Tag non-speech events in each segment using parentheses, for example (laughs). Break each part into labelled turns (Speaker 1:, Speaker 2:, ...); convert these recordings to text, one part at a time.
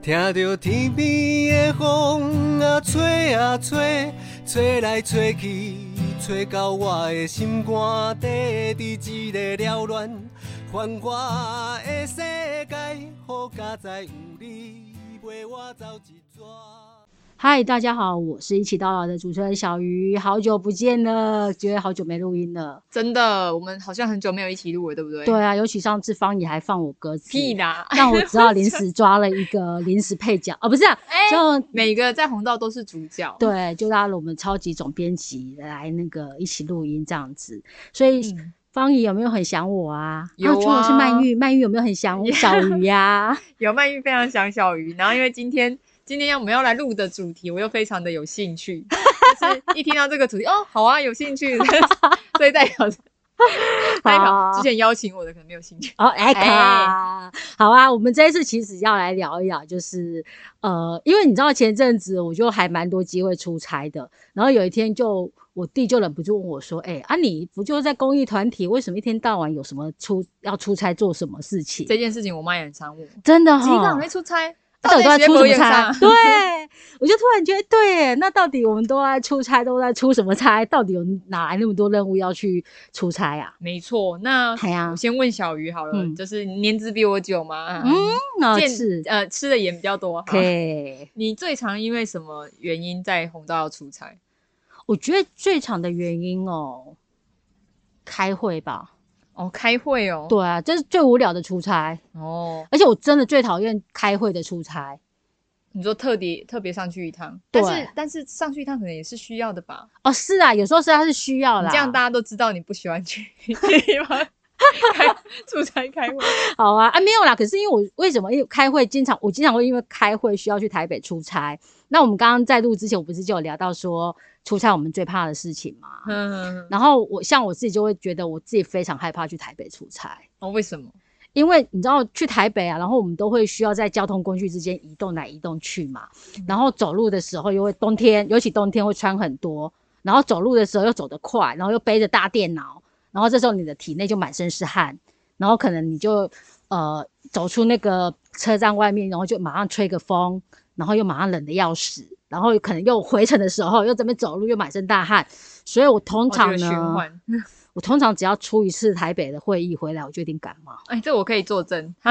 Speaker 1: 听着天边的风啊吹啊吹，吹来吹去，吹到我的心肝底，伫一个缭乱繁华的世界，好佳哉有你陪我走一逝。
Speaker 2: 嗨，大家好，我是一起到老的主持人小鱼，好久不见了，觉得好久没录音了。
Speaker 3: 真的，我们好像很久没有一起录了，对不对？
Speaker 2: 对啊，尤其上次方也还放我鸽子，
Speaker 3: 屁啦！ (laughs)
Speaker 2: 让我只好临时抓了一个临时配角，哦，不是、啊，
Speaker 3: 哎
Speaker 2: 就
Speaker 3: 每个在红道都是主角。
Speaker 2: 对，就拉了我们超级总编辑来那个一起录音这样子，所以。
Speaker 3: 嗯
Speaker 2: 方怡有没有很想我啊？
Speaker 3: 有
Speaker 2: 除了是曼
Speaker 3: 啊
Speaker 2: 玉，曼玉有没有很
Speaker 3: (laughs)
Speaker 2: 想我小鱼啊呀、
Speaker 3: 有曼玉非常想小鱼，然后因为今天今天我们要来录的主题，我又非常的有
Speaker 2: (laughs)
Speaker 3: 兴趣，就是一听到这个主题，哦，好啊，有兴趣， (laughs) 所以代表代表之前邀请我的可能没有兴趣。
Speaker 2: 哦，艾卡，好啊，我们这一次其实要来聊一聊，就是呃，因为你知道前阵子我就还蛮多机会出差的，然后有一天就我弟就忍不住问我说：“哎、啊，你不就在公益团体，为什么一天到晚有什么出要出差做什么事情
Speaker 3: 这件事情我妈也很常问我，
Speaker 2: 真的
Speaker 3: 几个
Speaker 2: 哈
Speaker 3: 没，出差，
Speaker 2: 到哦底都在
Speaker 3: 学
Speaker 2: 出什
Speaker 3: 博
Speaker 2: 么
Speaker 3: 远
Speaker 2: 差
Speaker 3: 山？
Speaker 2: 对，我就突然觉得，对耶，那到底我们都在出差，都在出什么差？到底有哪来那么多任务要去出差啊呀、
Speaker 3: 没错，那
Speaker 2: 哎呀
Speaker 3: 我先问小鱼好了，
Speaker 2: 嗯
Speaker 3: 就是年资比我久嘛，
Speaker 2: 嗯，那
Speaker 3: 见
Speaker 2: 是
Speaker 3: 呃吃的盐比较多。哈
Speaker 2: OK。
Speaker 3: 你最常因为什么原因在红道要出差？
Speaker 2: 我觉得最长的原因哦，开会吧。
Speaker 3: 哦，开会哦。。
Speaker 2: 对啊，这是最无聊的出差，
Speaker 3: 哦，
Speaker 2: 而且我真的最讨厌开会的出差。
Speaker 3: 你说特别特别上去一趟，
Speaker 2: 对
Speaker 3: 但是但是上去一趟可能也是需要的吧？
Speaker 2: 哦，是啊，有时候是它是需要
Speaker 3: 你
Speaker 2: 啦。
Speaker 3: 这样大家都知道你不喜欢 (laughs) 去地方开出差开会。
Speaker 2: 好啊啊没有啦，可是因为我为什么因为开会经常我经常会因为开会需要去台北出差。那我们刚刚在录之前，我不是就有聊到说出差我们最怕的事情嘛？
Speaker 3: 嗯，
Speaker 2: 然后我像我自己就会觉得我自己非常害怕去台北出差。
Speaker 3: 哦，为什么？
Speaker 2: 因为你知道去台北啊，然后我们都会需要在交通工具之间移动来移动去嘛，
Speaker 3: 嗯
Speaker 2: 然后走路的时候又会冬天，尤其冬天会穿很多，然后走路的时候又走得快，然后又背着大电脑，然后这时候你的体内就满身是汗，然后可能你就呃走出那个车站外面，然后就马上吹个风，然后又马上冷得要死，然后可能又回程的时候又这边走路又满身大汗，所以我通
Speaker 3: 哦这
Speaker 2: 常
Speaker 3: 个
Speaker 2: 呢，
Speaker 3: 循环。
Speaker 2: 我通常只要出一次台北的会议回来，我就一定感冒。
Speaker 3: 哎，这我可以作证。 (laughs)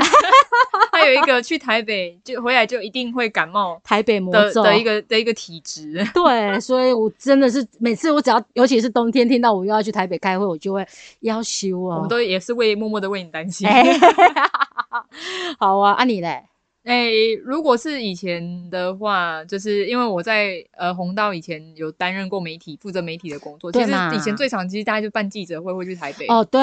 Speaker 3: 还有一个去台北就回来就一定会感冒
Speaker 2: 台北魔
Speaker 3: 的
Speaker 2: 咒
Speaker 3: 的一个的一个体质。
Speaker 2: (laughs) 对，所以我真的是每次我只要，尤其是冬天，听到我又要去台北开会，我就会要修
Speaker 3: 我
Speaker 2: 哦。
Speaker 3: 们都也是为默默的为你担心。
Speaker 2: 哎 (laughs)
Speaker 3: 哎、，
Speaker 2: 好啊，啊你嘞？
Speaker 3: 哎如果是以前的话，就是因为我在呃红道以前有担任过媒体，负责媒体的工作。
Speaker 2: 对
Speaker 3: 其实
Speaker 2: 嘛
Speaker 3: 以前最常其实大家就办记者会，会去台北。
Speaker 2: 哦，对，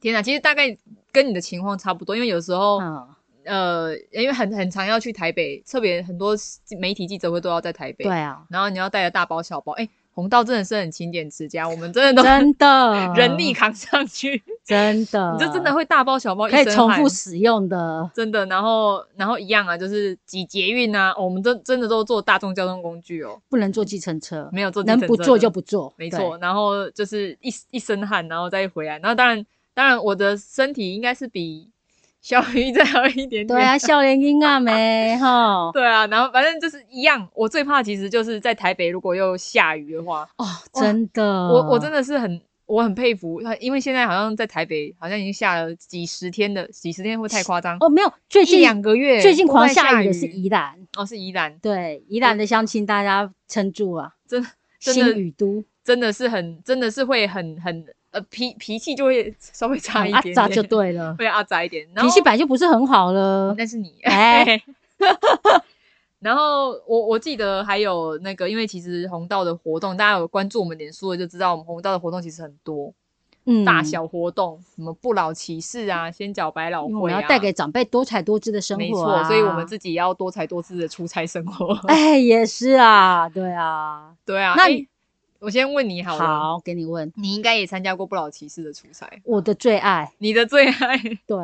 Speaker 3: 天哪，其实大概跟你的情况差不多，因为有时候、
Speaker 2: 嗯，
Speaker 3: 呃，因为很很常要去台北，特别很多媒体记者会都要在台北。
Speaker 2: 对。啊，
Speaker 3: 然后你要带着大包小包，哎、红道真的是很勤俭持家，我们真 (laughs) 的都
Speaker 2: 真的哦
Speaker 3: 人力扛上去，
Speaker 2: 真的，
Speaker 3: 你就真的会大包小包，一
Speaker 2: 可以
Speaker 3: 身
Speaker 2: 重
Speaker 3: 汗
Speaker 2: 复使用的。
Speaker 3: 真的，然后然后一样啊，就是挤捷运啊，哦我们真真的都坐大众交通工具哦，
Speaker 2: 不能坐计程车，
Speaker 3: 没有坐计
Speaker 2: 能
Speaker 3: 程车
Speaker 2: 不坐
Speaker 3: 的
Speaker 2: 就不坐，
Speaker 3: 没
Speaker 2: 对
Speaker 3: 错。。然后就是一一身汗，然后再回来。然后当然当然，我的身体应该是比小鱼再好一点点。。
Speaker 2: 对啊，笑脸音啊没哈
Speaker 3: (laughs) 对啊，然后反正就是一样。我最怕其实就是在台北，如果又下雨的话，
Speaker 2: 哦，真的，
Speaker 3: 我我真
Speaker 2: 的
Speaker 3: 的是很我很佩服，因为现在好像在台北好像已经下了几十天的，几十天会不会太夸张。
Speaker 2: 哦，没有，最
Speaker 3: 一
Speaker 2: 近
Speaker 3: 两个月
Speaker 2: 最近
Speaker 3: 都
Speaker 2: 狂
Speaker 3: 在
Speaker 2: 下
Speaker 3: 下
Speaker 2: 雨的是
Speaker 3: 雨
Speaker 2: 宜兰，
Speaker 3: 哦，是宜兰，
Speaker 2: 对，宜兰的乡亲大家撑住啊，
Speaker 3: (laughs) 真的真
Speaker 2: 新
Speaker 3: 的
Speaker 2: 雨都。
Speaker 3: 真的是很，真的是会很很呃脾脾气就会稍微差一
Speaker 2: 啊
Speaker 3: 点点，
Speaker 2: 咋就对了，
Speaker 3: 会阿杂一点，然
Speaker 2: 脾
Speaker 3: 后
Speaker 2: 气本来就不是很好了。
Speaker 3: 那是你
Speaker 2: (laughs) 哎
Speaker 3: (laughs) 然后我我记得还有那个，因为其实红道的活动，大家有关注我们脸书的就知道，我们红道的活动其实很多，
Speaker 2: 嗯
Speaker 3: 大小活动，什么不老骑士啊，先缴百老
Speaker 2: 因为我
Speaker 3: 汇
Speaker 2: 们
Speaker 3: 啊，
Speaker 2: 要带给长辈多彩多姿的生
Speaker 3: 没
Speaker 2: 活、
Speaker 3: 错
Speaker 2: 啊，，
Speaker 3: 所以我们自己也要多才多姿的出差生活。 (laughs)
Speaker 2: 哎也是啊，对啊。
Speaker 3: 对啊，
Speaker 2: 那
Speaker 3: 哎
Speaker 2: 你
Speaker 3: 我先问你好了，
Speaker 2: 好，给你问
Speaker 3: 你应该也参加过不老骑士的出差，
Speaker 2: 我的最爱，
Speaker 3: 你的最爱
Speaker 2: 对，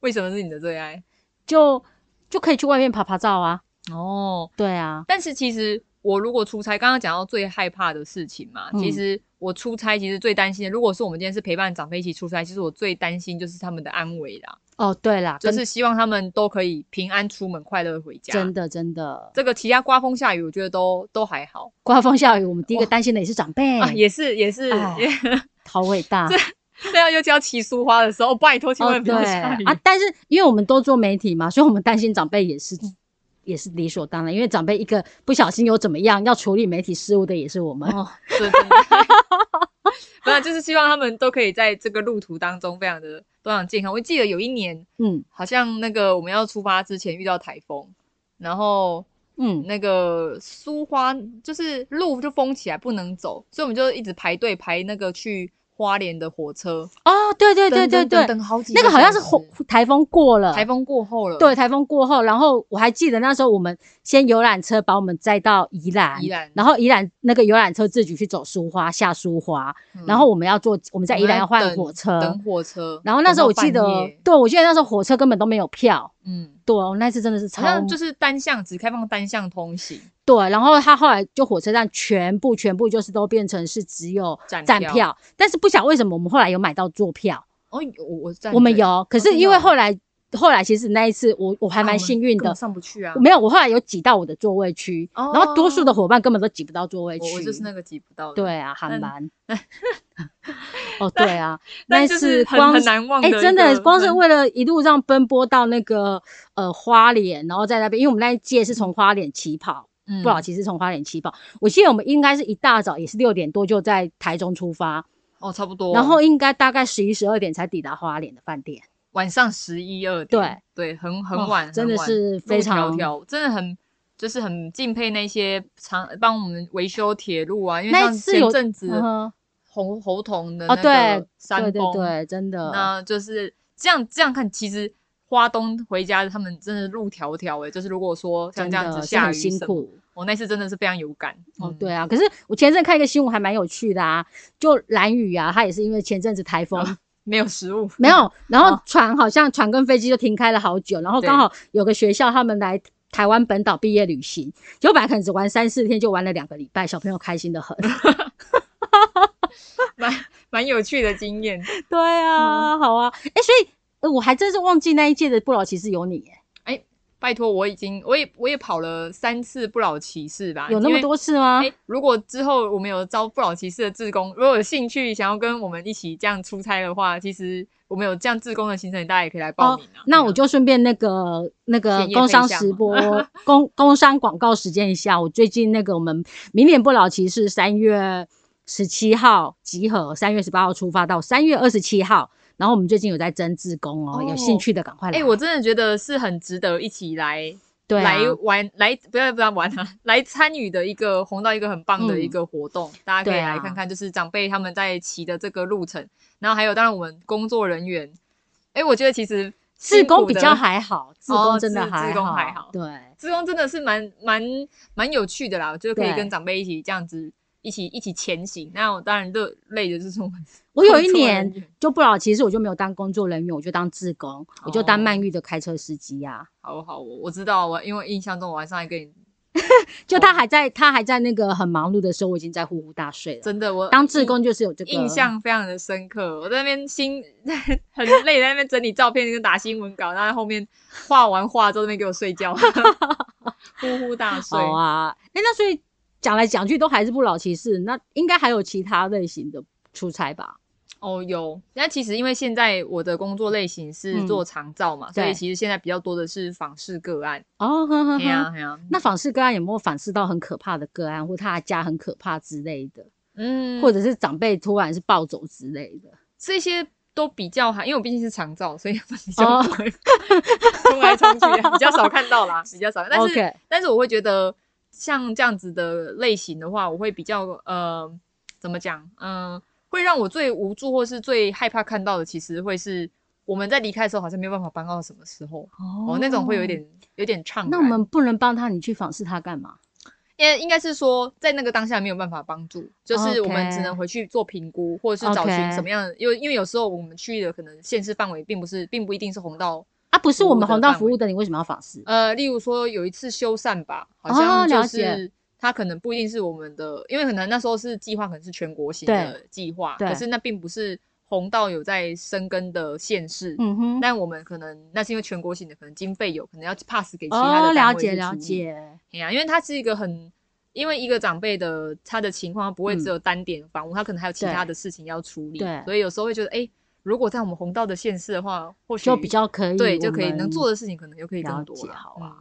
Speaker 3: 为什么是你的最爱？
Speaker 2: 就就可以去外面拍拍照啊。
Speaker 3: 哦，
Speaker 2: 对啊，
Speaker 3: 但是其实我如果出差，刚刚讲到最害怕的事情嘛，
Speaker 2: 嗯
Speaker 3: 其实我出差其实最担心的，如果是我们今天是陪伴长辈一起出差，其实我最担心就是他们的安危啦。
Speaker 2: 哦，对啦，
Speaker 3: 就
Speaker 2: 跟
Speaker 3: 是希望他们都可以平安出门，快乐回家。
Speaker 2: 真的真的，
Speaker 3: 这个其他刮风下雨，我觉得都都还好、
Speaker 2: 刮风下雨，我们第一个
Speaker 3: 哇
Speaker 2: 担心的也是长辈
Speaker 3: 啊，也是也是，
Speaker 2: 哎
Speaker 3: 也
Speaker 2: 好伟
Speaker 3: (laughs)
Speaker 2: 大。
Speaker 3: 对啊，尤其要骑苏花的时候，拜托，千
Speaker 2: 哦，
Speaker 3: 万不
Speaker 2: 对
Speaker 3: 要下雨。
Speaker 2: 啊，但是因为我们都做媒体嘛，所以我们担心长辈也是
Speaker 3: 嗯
Speaker 2: 也是理所当然，因为长辈一个不小心又怎么样，要处理媒体事务的也是我们。
Speaker 3: 哦， (laughs) 对，真的，不然就是希望他们都可以在这个路途当中非常的都很健康。我记得有一年，
Speaker 2: 嗯
Speaker 3: 好像那个我们要出发之前遇到台风，然后
Speaker 2: 嗯，
Speaker 3: 那个苏花就是路就封起来不能走，所以我们就一直排队排那个去花莲的火车。
Speaker 2: 哦，对对对对
Speaker 3: 等等等
Speaker 2: 对，
Speaker 3: 等好几
Speaker 2: 那个好像是
Speaker 3: 小时
Speaker 2: 火台风过了，
Speaker 3: 台风过后了，
Speaker 2: 对，台风过后，然后我还记得那时候我们先游览车把我们载到宜兰，
Speaker 3: 宜兰
Speaker 2: 然后宜兰那个游览车自己去走苏花下苏花，
Speaker 3: 嗯，
Speaker 2: 然后我们要坐我们在
Speaker 3: 我
Speaker 2: 宜
Speaker 3: 们
Speaker 2: 兰
Speaker 3: 要
Speaker 2: 要换
Speaker 3: 等
Speaker 2: 火车，
Speaker 3: 等火车，
Speaker 2: 然后那时候我
Speaker 3: 等到
Speaker 2: 记得
Speaker 3: 半夜，
Speaker 2: 对我记得那时候火车根本都没有票，
Speaker 3: 嗯，
Speaker 2: 对，我那次真的是
Speaker 3: 好
Speaker 2: 超
Speaker 3: 像就是单向只开放单向通行，
Speaker 2: 对，然后他后来就火车站全部全部就是都变成是只有
Speaker 3: 站
Speaker 2: 站
Speaker 3: 票
Speaker 2: 票，但是不晓得为什么我们后来有买到坐票，
Speaker 3: 哦，有我我站
Speaker 2: 我们
Speaker 3: 着
Speaker 2: 有，可是
Speaker 3: 真的
Speaker 2: 因为
Speaker 3: 哦
Speaker 2: 后来后来其实那一次我我还
Speaker 3: 啊我
Speaker 2: 蛮
Speaker 3: 们
Speaker 2: 幸运
Speaker 3: 根
Speaker 2: 的
Speaker 3: 本，上不去啊，
Speaker 2: 没有，我后来有挤到我的座位区，
Speaker 3: 哦
Speaker 2: 然后多数的伙伴根本都挤不到座位
Speaker 3: 我
Speaker 2: 区。
Speaker 3: 我就是那个挤不到的，
Speaker 2: 对啊，航
Speaker 3: 但 (laughs)
Speaker 2: 班。哦，对啊，
Speaker 3: 但
Speaker 2: 那
Speaker 3: 就是是很
Speaker 2: 光
Speaker 3: 很难忘
Speaker 2: 哎、
Speaker 3: 的
Speaker 2: 真
Speaker 3: 一
Speaker 2: 的
Speaker 3: 个
Speaker 2: 光是
Speaker 3: 很
Speaker 2: 为了一路上奔波到那个呃花莲，然后在那边，因为我们那一届是从花莲起跑，
Speaker 3: 嗯，
Speaker 2: 不老骑是从花莲起跑。我记得我们应该是一大早也是六点多就在台中出发，
Speaker 3: 哦，差不多，
Speaker 2: 然后应该大概十一十二点才抵达花莲的饭店。
Speaker 3: 晚上十一二点，对对，很很
Speaker 2: 哦
Speaker 3: 晚，
Speaker 2: 真的
Speaker 3: 很晚
Speaker 2: 是非常
Speaker 3: 路迢迢，真的很。就是很敬佩那些常帮我们维修铁路啊，因为
Speaker 2: 那一
Speaker 3: 像
Speaker 2: 次
Speaker 3: 前
Speaker 2: 有
Speaker 3: 阵子
Speaker 2: 嗯哼
Speaker 3: 红猴童的
Speaker 2: 哦
Speaker 3: 那个
Speaker 2: 对
Speaker 3: 山
Speaker 2: 对
Speaker 3: 峰，
Speaker 2: 对对，呃真的。
Speaker 3: 那就是这样这样看，其实花东回家他们真的路迢迢哎，就是如果说像
Speaker 2: 真
Speaker 3: 这样子
Speaker 2: 的是
Speaker 3: 下
Speaker 2: 很
Speaker 3: 雨
Speaker 2: 辛
Speaker 3: 什么，
Speaker 2: 苦，
Speaker 3: 我那次真的是非常有感。
Speaker 2: 哦
Speaker 3: 嗯，
Speaker 2: 对啊，可是我前阵看一个新闻还蛮有趣的啊，就蓝雨啊，它也是因为前阵子台风、
Speaker 3: 没有食物，
Speaker 2: 没有，然后
Speaker 3: 哦
Speaker 2: 船好像船跟飞机就停开了好久，然后
Speaker 3: 对
Speaker 2: 刚好有个学校他们来台湾本岛毕业旅行，结果本来可能只玩三四天，就玩了两个礼拜，小朋友开心的很。
Speaker 3: 蛮蛮有趣的经验。
Speaker 2: (laughs) 对
Speaker 3: 嗯
Speaker 2: 啊，好啊，哎、所以、呃我还真是忘记那一届的不老骑士有你耶，
Speaker 3: 拜托，我已经我也我也跑了三次不老骑士吧，
Speaker 2: 有那
Speaker 3: 啊因
Speaker 2: 么
Speaker 3: 为。
Speaker 2: 多次吗？
Speaker 3: 哎、如果之后我们有招不老骑士的志工，如果有兴趣想要跟我们一起这样出差的话，其实我们有这样志工的行程，大家也可以来报
Speaker 2: 哦
Speaker 3: 名啊。
Speaker 2: 那
Speaker 3: 对
Speaker 2: 我
Speaker 3: 啊
Speaker 2: 就顺便那个那个
Speaker 3: 田野
Speaker 2: 工
Speaker 3: 分
Speaker 2: 商
Speaker 3: 享
Speaker 2: 直
Speaker 3: 嘛
Speaker 2: 播
Speaker 3: (laughs)
Speaker 2: 工工商广告时间一下，我最近那个我们明年不老骑士三月十七号集合，三月十八号出发到三月二十七号，然后我们最近有在征志工哦，有兴
Speaker 3: 哦
Speaker 2: 趣的赶快来。
Speaker 3: 哎、我真的觉得是很值得一起来
Speaker 2: 对啊，
Speaker 3: 来玩来不要不要玩啊，来参与的一个红到一个很棒的一个活动，大家可以
Speaker 2: 嗯对啊
Speaker 3: 来看看，就是长辈他们在骑的这个路程，然后还有当然我们工作人员，哎、我觉得其实
Speaker 2: 志
Speaker 3: 辛苦
Speaker 2: 工比
Speaker 3: 的
Speaker 2: 较，还好，志
Speaker 3: 哦
Speaker 2: 工真的
Speaker 3: 志志
Speaker 2: 还
Speaker 3: 工
Speaker 2: 好，
Speaker 3: 还好
Speaker 2: 对，
Speaker 3: 志工真的是蛮蛮蛮有趣的啦，我觉得可以
Speaker 2: 对
Speaker 3: 跟长辈一起这样子一起一起前行。那我当然热累的就是我们
Speaker 2: 我有一
Speaker 3: 工作人
Speaker 2: 年
Speaker 3: 员
Speaker 2: 就不老骑士，我就没有当工作人员，我就当志工，我就当
Speaker 3: 哦
Speaker 2: 曼玉的开车司机啊呀、
Speaker 3: 好好我我知道我因为印象中我晚上还跟你哦
Speaker 2: 就他还在他还在那个很忙碌的时候，我已经在呼呼大睡了。
Speaker 3: 真的我
Speaker 2: 当志
Speaker 3: 印
Speaker 2: 工就是有这个
Speaker 3: 印象非常的深刻。我在那边新 (laughs) 很累，在那边整理照片跟打新闻稿，然后后面画完画之后，那边给我
Speaker 2: (laughs)
Speaker 3: 睡觉，呼呼大睡。
Speaker 2: 好啊。哎、那所以讲来讲去都还是不老骑士，那应该还有其他类型的出差吧？
Speaker 3: 哦，有。那其实因为现在我的工作类型是
Speaker 2: 嗯
Speaker 3: 做长照嘛，所
Speaker 2: 对
Speaker 3: 以其实现在比较多的是访视个案。
Speaker 2: 哦，呵呵
Speaker 3: 哎呀
Speaker 2: 呵。
Speaker 3: 哎呀，
Speaker 2: 那访视个案有没有反视到很可怕的个案，或他的家很可怕之类的，
Speaker 3: 嗯，
Speaker 2: 或者是长辈突然是暴走之类的？
Speaker 3: 这些都比较还，因为我毕竟是长照，所以比较
Speaker 2: 哦
Speaker 3: 不会冲来冲去的，比较少看到啦，
Speaker 2: (laughs)
Speaker 3: 比较少。但是
Speaker 2: OK
Speaker 3: 但是我会觉得像这样子的类型的话，我会比较呃，怎么讲？嗯、会让我最无助或是最害怕看到的，其实会是我们在离开的时候，好像没有办法帮到什么时候哦，那种会有。点有点怅然。
Speaker 2: 哦那我们不能帮他，你去访视他干嘛？
Speaker 3: 应应该是说，在那个当下没有办法帮助，就是我们
Speaker 2: OK
Speaker 3: 只能回去做评估，或者是找寻
Speaker 2: OK
Speaker 3: 什么样的，因为因为有时候我们去的可能县市范围并不是，并不一定是红道，
Speaker 2: 啊，不是
Speaker 3: 服务
Speaker 2: 我们
Speaker 3: 的
Speaker 2: 红道
Speaker 3: 范
Speaker 2: 服务
Speaker 3: 围
Speaker 2: 的，你为什么要访视？
Speaker 3: 呃，例如说有一次修缮吧，好
Speaker 2: 哦
Speaker 3: 像就
Speaker 2: 了
Speaker 3: 是
Speaker 2: 解
Speaker 3: 它可能不一定是我们的，因为可能那时候是计划，可能是全国性
Speaker 2: 对
Speaker 3: 的计划，
Speaker 2: 对
Speaker 3: 可是那并不是红到有在生根的县市，
Speaker 2: 嗯哼，
Speaker 3: 但我们可能那是因为全国性的，可能经费有，可能要 pass 给其他
Speaker 2: 哦，
Speaker 3: 的
Speaker 2: 了
Speaker 3: 单位去
Speaker 2: 解
Speaker 3: 处理
Speaker 2: 了。解，
Speaker 3: 哎呀、因为它是一个很，因为一个长辈的他的情况不会只有单点房屋，他可能还有其他
Speaker 2: 嗯对
Speaker 3: 的事情要处理，
Speaker 2: 对
Speaker 3: 所以有时候会觉得，哎、如果在我们红道的县市的话，或许
Speaker 2: 就比较可以，
Speaker 3: 对，就可以能做。的事情可能又可以
Speaker 2: 了
Speaker 3: 更多
Speaker 2: 解
Speaker 3: 啦好啊。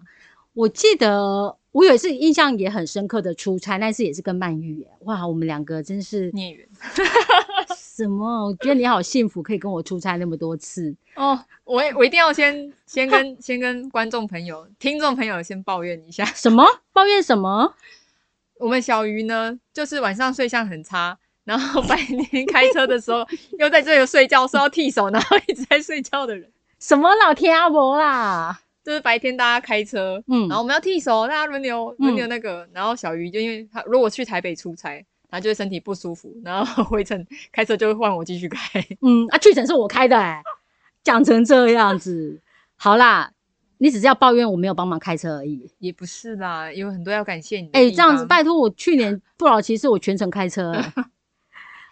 Speaker 2: 我记得我有一次印象也很深刻的出差，那次也是跟曼玉耶，哇，我们两个真是
Speaker 3: 孽缘
Speaker 2: 什么？我觉得你好幸福，可以跟我出差那么多次。
Speaker 3: 哦，我也我一定要先 (laughs) 先跟先跟观众朋友、听众朋友先抱怨一下， (laughs)
Speaker 2: 什么抱怨什么？
Speaker 3: 我们小鱼呢，就是晚上睡相很差，然后白天开车的时候又在这个睡觉，说要剃手，然后一直在睡觉的人，
Speaker 2: 什么老天阿伯啦？
Speaker 3: 就是白天大家开车，
Speaker 2: 嗯
Speaker 3: 然后我们要剃手，哦大家轮流
Speaker 2: 嗯
Speaker 3: 轮流那个，然后小鱼就因为他如果去台北出差。他就会身体不舒服，然后 (laughs) 回程开车就会换我继续开。
Speaker 2: 嗯啊，确诊是我开的哎、讲成这样子，好啦，你只是要抱怨我没有帮忙开车而已。
Speaker 3: 也不是啦，有很多要感谢你的
Speaker 2: 哎、
Speaker 3: 地方。
Speaker 2: 这样子，拜托我去年不老骑士我全程开车、欸。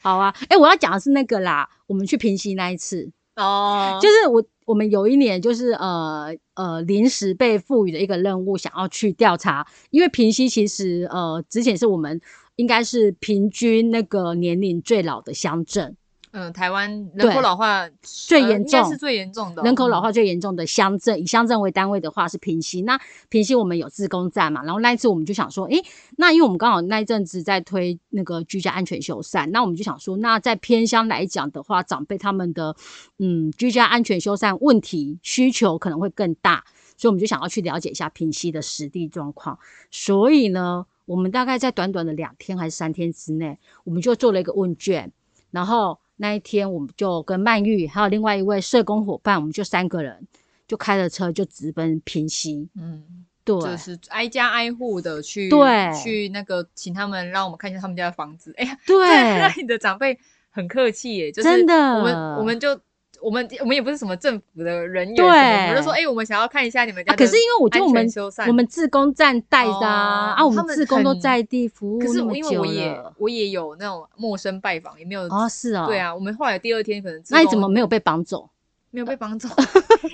Speaker 2: 好啊，哎、我要讲的是那个啦，我们去平溪那一次，
Speaker 3: 哦，
Speaker 2: 就是我我们有一年就是呃呃临时被赋予的一个任务，想要去调查，因为平溪其实呃之前是我们应该是平均那个年龄最老的乡镇，
Speaker 3: 嗯，台湾人
Speaker 2: 对
Speaker 3: 口老化
Speaker 2: 最
Speaker 3: 呃
Speaker 2: 严
Speaker 3: 应该
Speaker 2: 重
Speaker 3: 是最严重的哦
Speaker 2: 人口老化最严重的乡镇，以乡镇为单位的话是平溪。那平溪我们有自工站嘛，然后那一次我们就想说，诶，那因为我们刚好那一阵子在推那个居家安全修缮，那我们就想说，那在偏乡来讲的话，长辈他们的嗯居家安全修缮问题需求可能会更大，所以我们就想要去了解一下平溪的实地状况。所以呢，我们大概在短短的两天还是三天之内，我们就做了一个问卷，然后那一天我们就跟曼玉还有另外一位社工伙伴，我们就三个人就开着车就直奔平溪，
Speaker 3: 嗯，
Speaker 2: 对，
Speaker 3: 就是挨家挨户的去
Speaker 2: 对
Speaker 3: 去那个，请他们让我们看一下他们家的房子。哎呀，
Speaker 2: 对
Speaker 3: (laughs)
Speaker 2: (laughs)
Speaker 3: 那，你的长辈很客气耶，就是
Speaker 2: 真的
Speaker 3: 我们我们就我们我们也不是什么政府的人员什
Speaker 2: 嗯
Speaker 3: 么，
Speaker 2: 对
Speaker 3: 我们就说哎，我们想要看一下你们家
Speaker 2: 啊，
Speaker 3: 的
Speaker 2: 可
Speaker 3: 安全修缮。
Speaker 2: 是因为我觉得我们我们自工站带的啊，
Speaker 3: 哦
Speaker 2: 啊，我
Speaker 3: 他
Speaker 2: 们
Speaker 3: 们
Speaker 2: 自工都
Speaker 3: 很
Speaker 2: 在地服务
Speaker 3: 可是
Speaker 2: 那么
Speaker 3: 我因为
Speaker 2: 久
Speaker 3: 我也
Speaker 2: 了，
Speaker 3: 我也有那种陌生拜访，也没有
Speaker 2: 哦，是哦，
Speaker 3: 对，啊，我们后来第二天可能自
Speaker 2: 那你
Speaker 3: 贡
Speaker 2: 怎么没有被绑走？
Speaker 3: (laughs) 没有被
Speaker 2: (laughs)
Speaker 3: 绑走？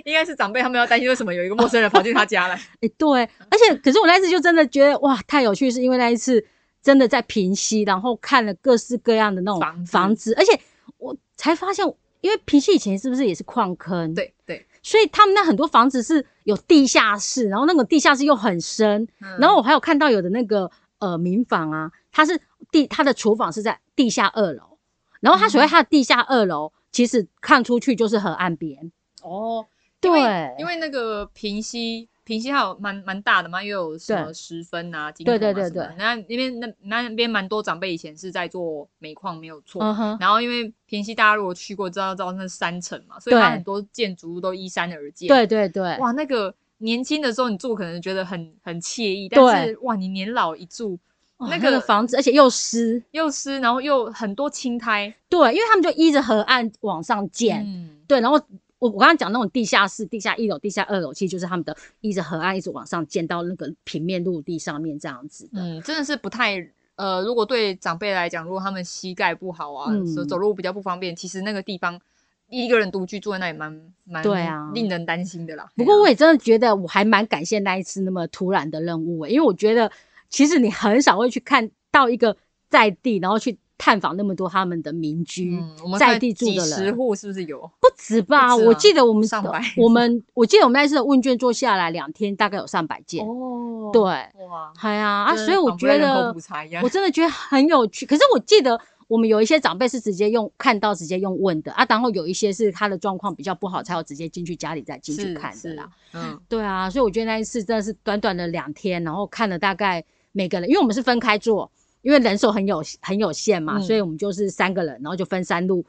Speaker 3: 应该是长辈他们要担心为什么有一个陌生人跑进他
Speaker 2: (laughs)
Speaker 3: 家来。
Speaker 2: 哎、对，而且可是我那次就真的觉得哇，太有趣，是因为那一次真的在平溪，然后看了各式各样的那种
Speaker 3: 房子
Speaker 2: 房子，而且我才发现，因为平溪以前是不是也是矿坑？，
Speaker 3: 对对，
Speaker 2: 所以他们那很多房子是有地下室，然后那个地下室又很深，
Speaker 3: 嗯
Speaker 2: 然后我还有看到有的那个呃民房啊，它是地它的厨房是在地下二楼，然后它
Speaker 3: 嗯
Speaker 2: 所谓它的地下二楼，其实看出去就是河岸边。
Speaker 3: 哦，因为
Speaker 2: 对，
Speaker 3: 因为那个平溪，平溪还有蛮蛮大的嘛，又有什么十分啊、金
Speaker 2: 对
Speaker 3: 铜啊
Speaker 2: 对对
Speaker 3: 什么的
Speaker 2: 对
Speaker 3: 那那边那那边蛮多长辈以前是在做煤矿，没有错。
Speaker 2: 嗯哼，
Speaker 3: 然后因为平溪大家如果去过，知道知道那是山城嘛，所以
Speaker 2: 对
Speaker 3: 它很多建筑物都依山而建。，
Speaker 2: 对对对，
Speaker 3: 哇，那个年轻的时候你住可能觉得很很惬意，
Speaker 2: 对
Speaker 3: 但是哇，你年老一住
Speaker 2: 哇
Speaker 3: 那
Speaker 2: 哦那个
Speaker 3: 个
Speaker 2: 房子，而且又湿，
Speaker 3: 又湿，然后又很多青苔。
Speaker 2: 对，因为他们就依着河岸往上建，
Speaker 3: 嗯，
Speaker 2: 对，然后我我刚刚讲那种地下室、地下一楼、地下二楼，其实就是他们的依着河岸一直往上建到那个平面陆地上面这样子的，
Speaker 3: 嗯，真的是不太呃，如果对长辈来讲，如果他们膝盖不好啊，
Speaker 2: 嗯
Speaker 3: 走、走路比较不方便，其实那个地方一个人独居住在那里蛮蛮
Speaker 2: 对啊
Speaker 3: 令人担心的啦。
Speaker 2: 不过
Speaker 3: 哎
Speaker 2: 我
Speaker 3: 呀
Speaker 2: 也真的觉得我还蛮感谢那一次那么突然的任务、欸，因为我觉得其实你很少会去看到一个在地，然后去探访那么多他们的民居、
Speaker 3: 嗯，我们
Speaker 2: 在
Speaker 3: 看
Speaker 2: 地住
Speaker 3: 几
Speaker 2: 的
Speaker 3: 十
Speaker 2: 人，
Speaker 3: 户是不是有？
Speaker 2: 不止吧？
Speaker 3: 不止啊
Speaker 2: 我记得我们
Speaker 3: 上百
Speaker 2: 我们我记得我们那次的问卷做下来两天，大概有上百件。
Speaker 3: 哦，
Speaker 2: 对，
Speaker 3: 哇
Speaker 2: 哎呀啊，
Speaker 3: 真的
Speaker 2: 所以我
Speaker 3: 仿佛
Speaker 2: 觉
Speaker 3: 在
Speaker 2: 得
Speaker 3: 人口普啊查一样
Speaker 2: 我真的觉得很有趣。可是我记得我们有一些长辈是直接用看到直接用问的啊，然后有一些是他的状况比较不好，才有直接进去家里再进去
Speaker 3: 是
Speaker 2: 看的
Speaker 3: 是
Speaker 2: 啦。，
Speaker 3: 嗯，
Speaker 2: 对啊，所以我觉得那一次真的是短短的两天，然后看了大概每个人，因为我们是分开做，因为人手很有很有限嘛，
Speaker 3: 嗯
Speaker 2: 所以我们就是三个人，然后就分三路。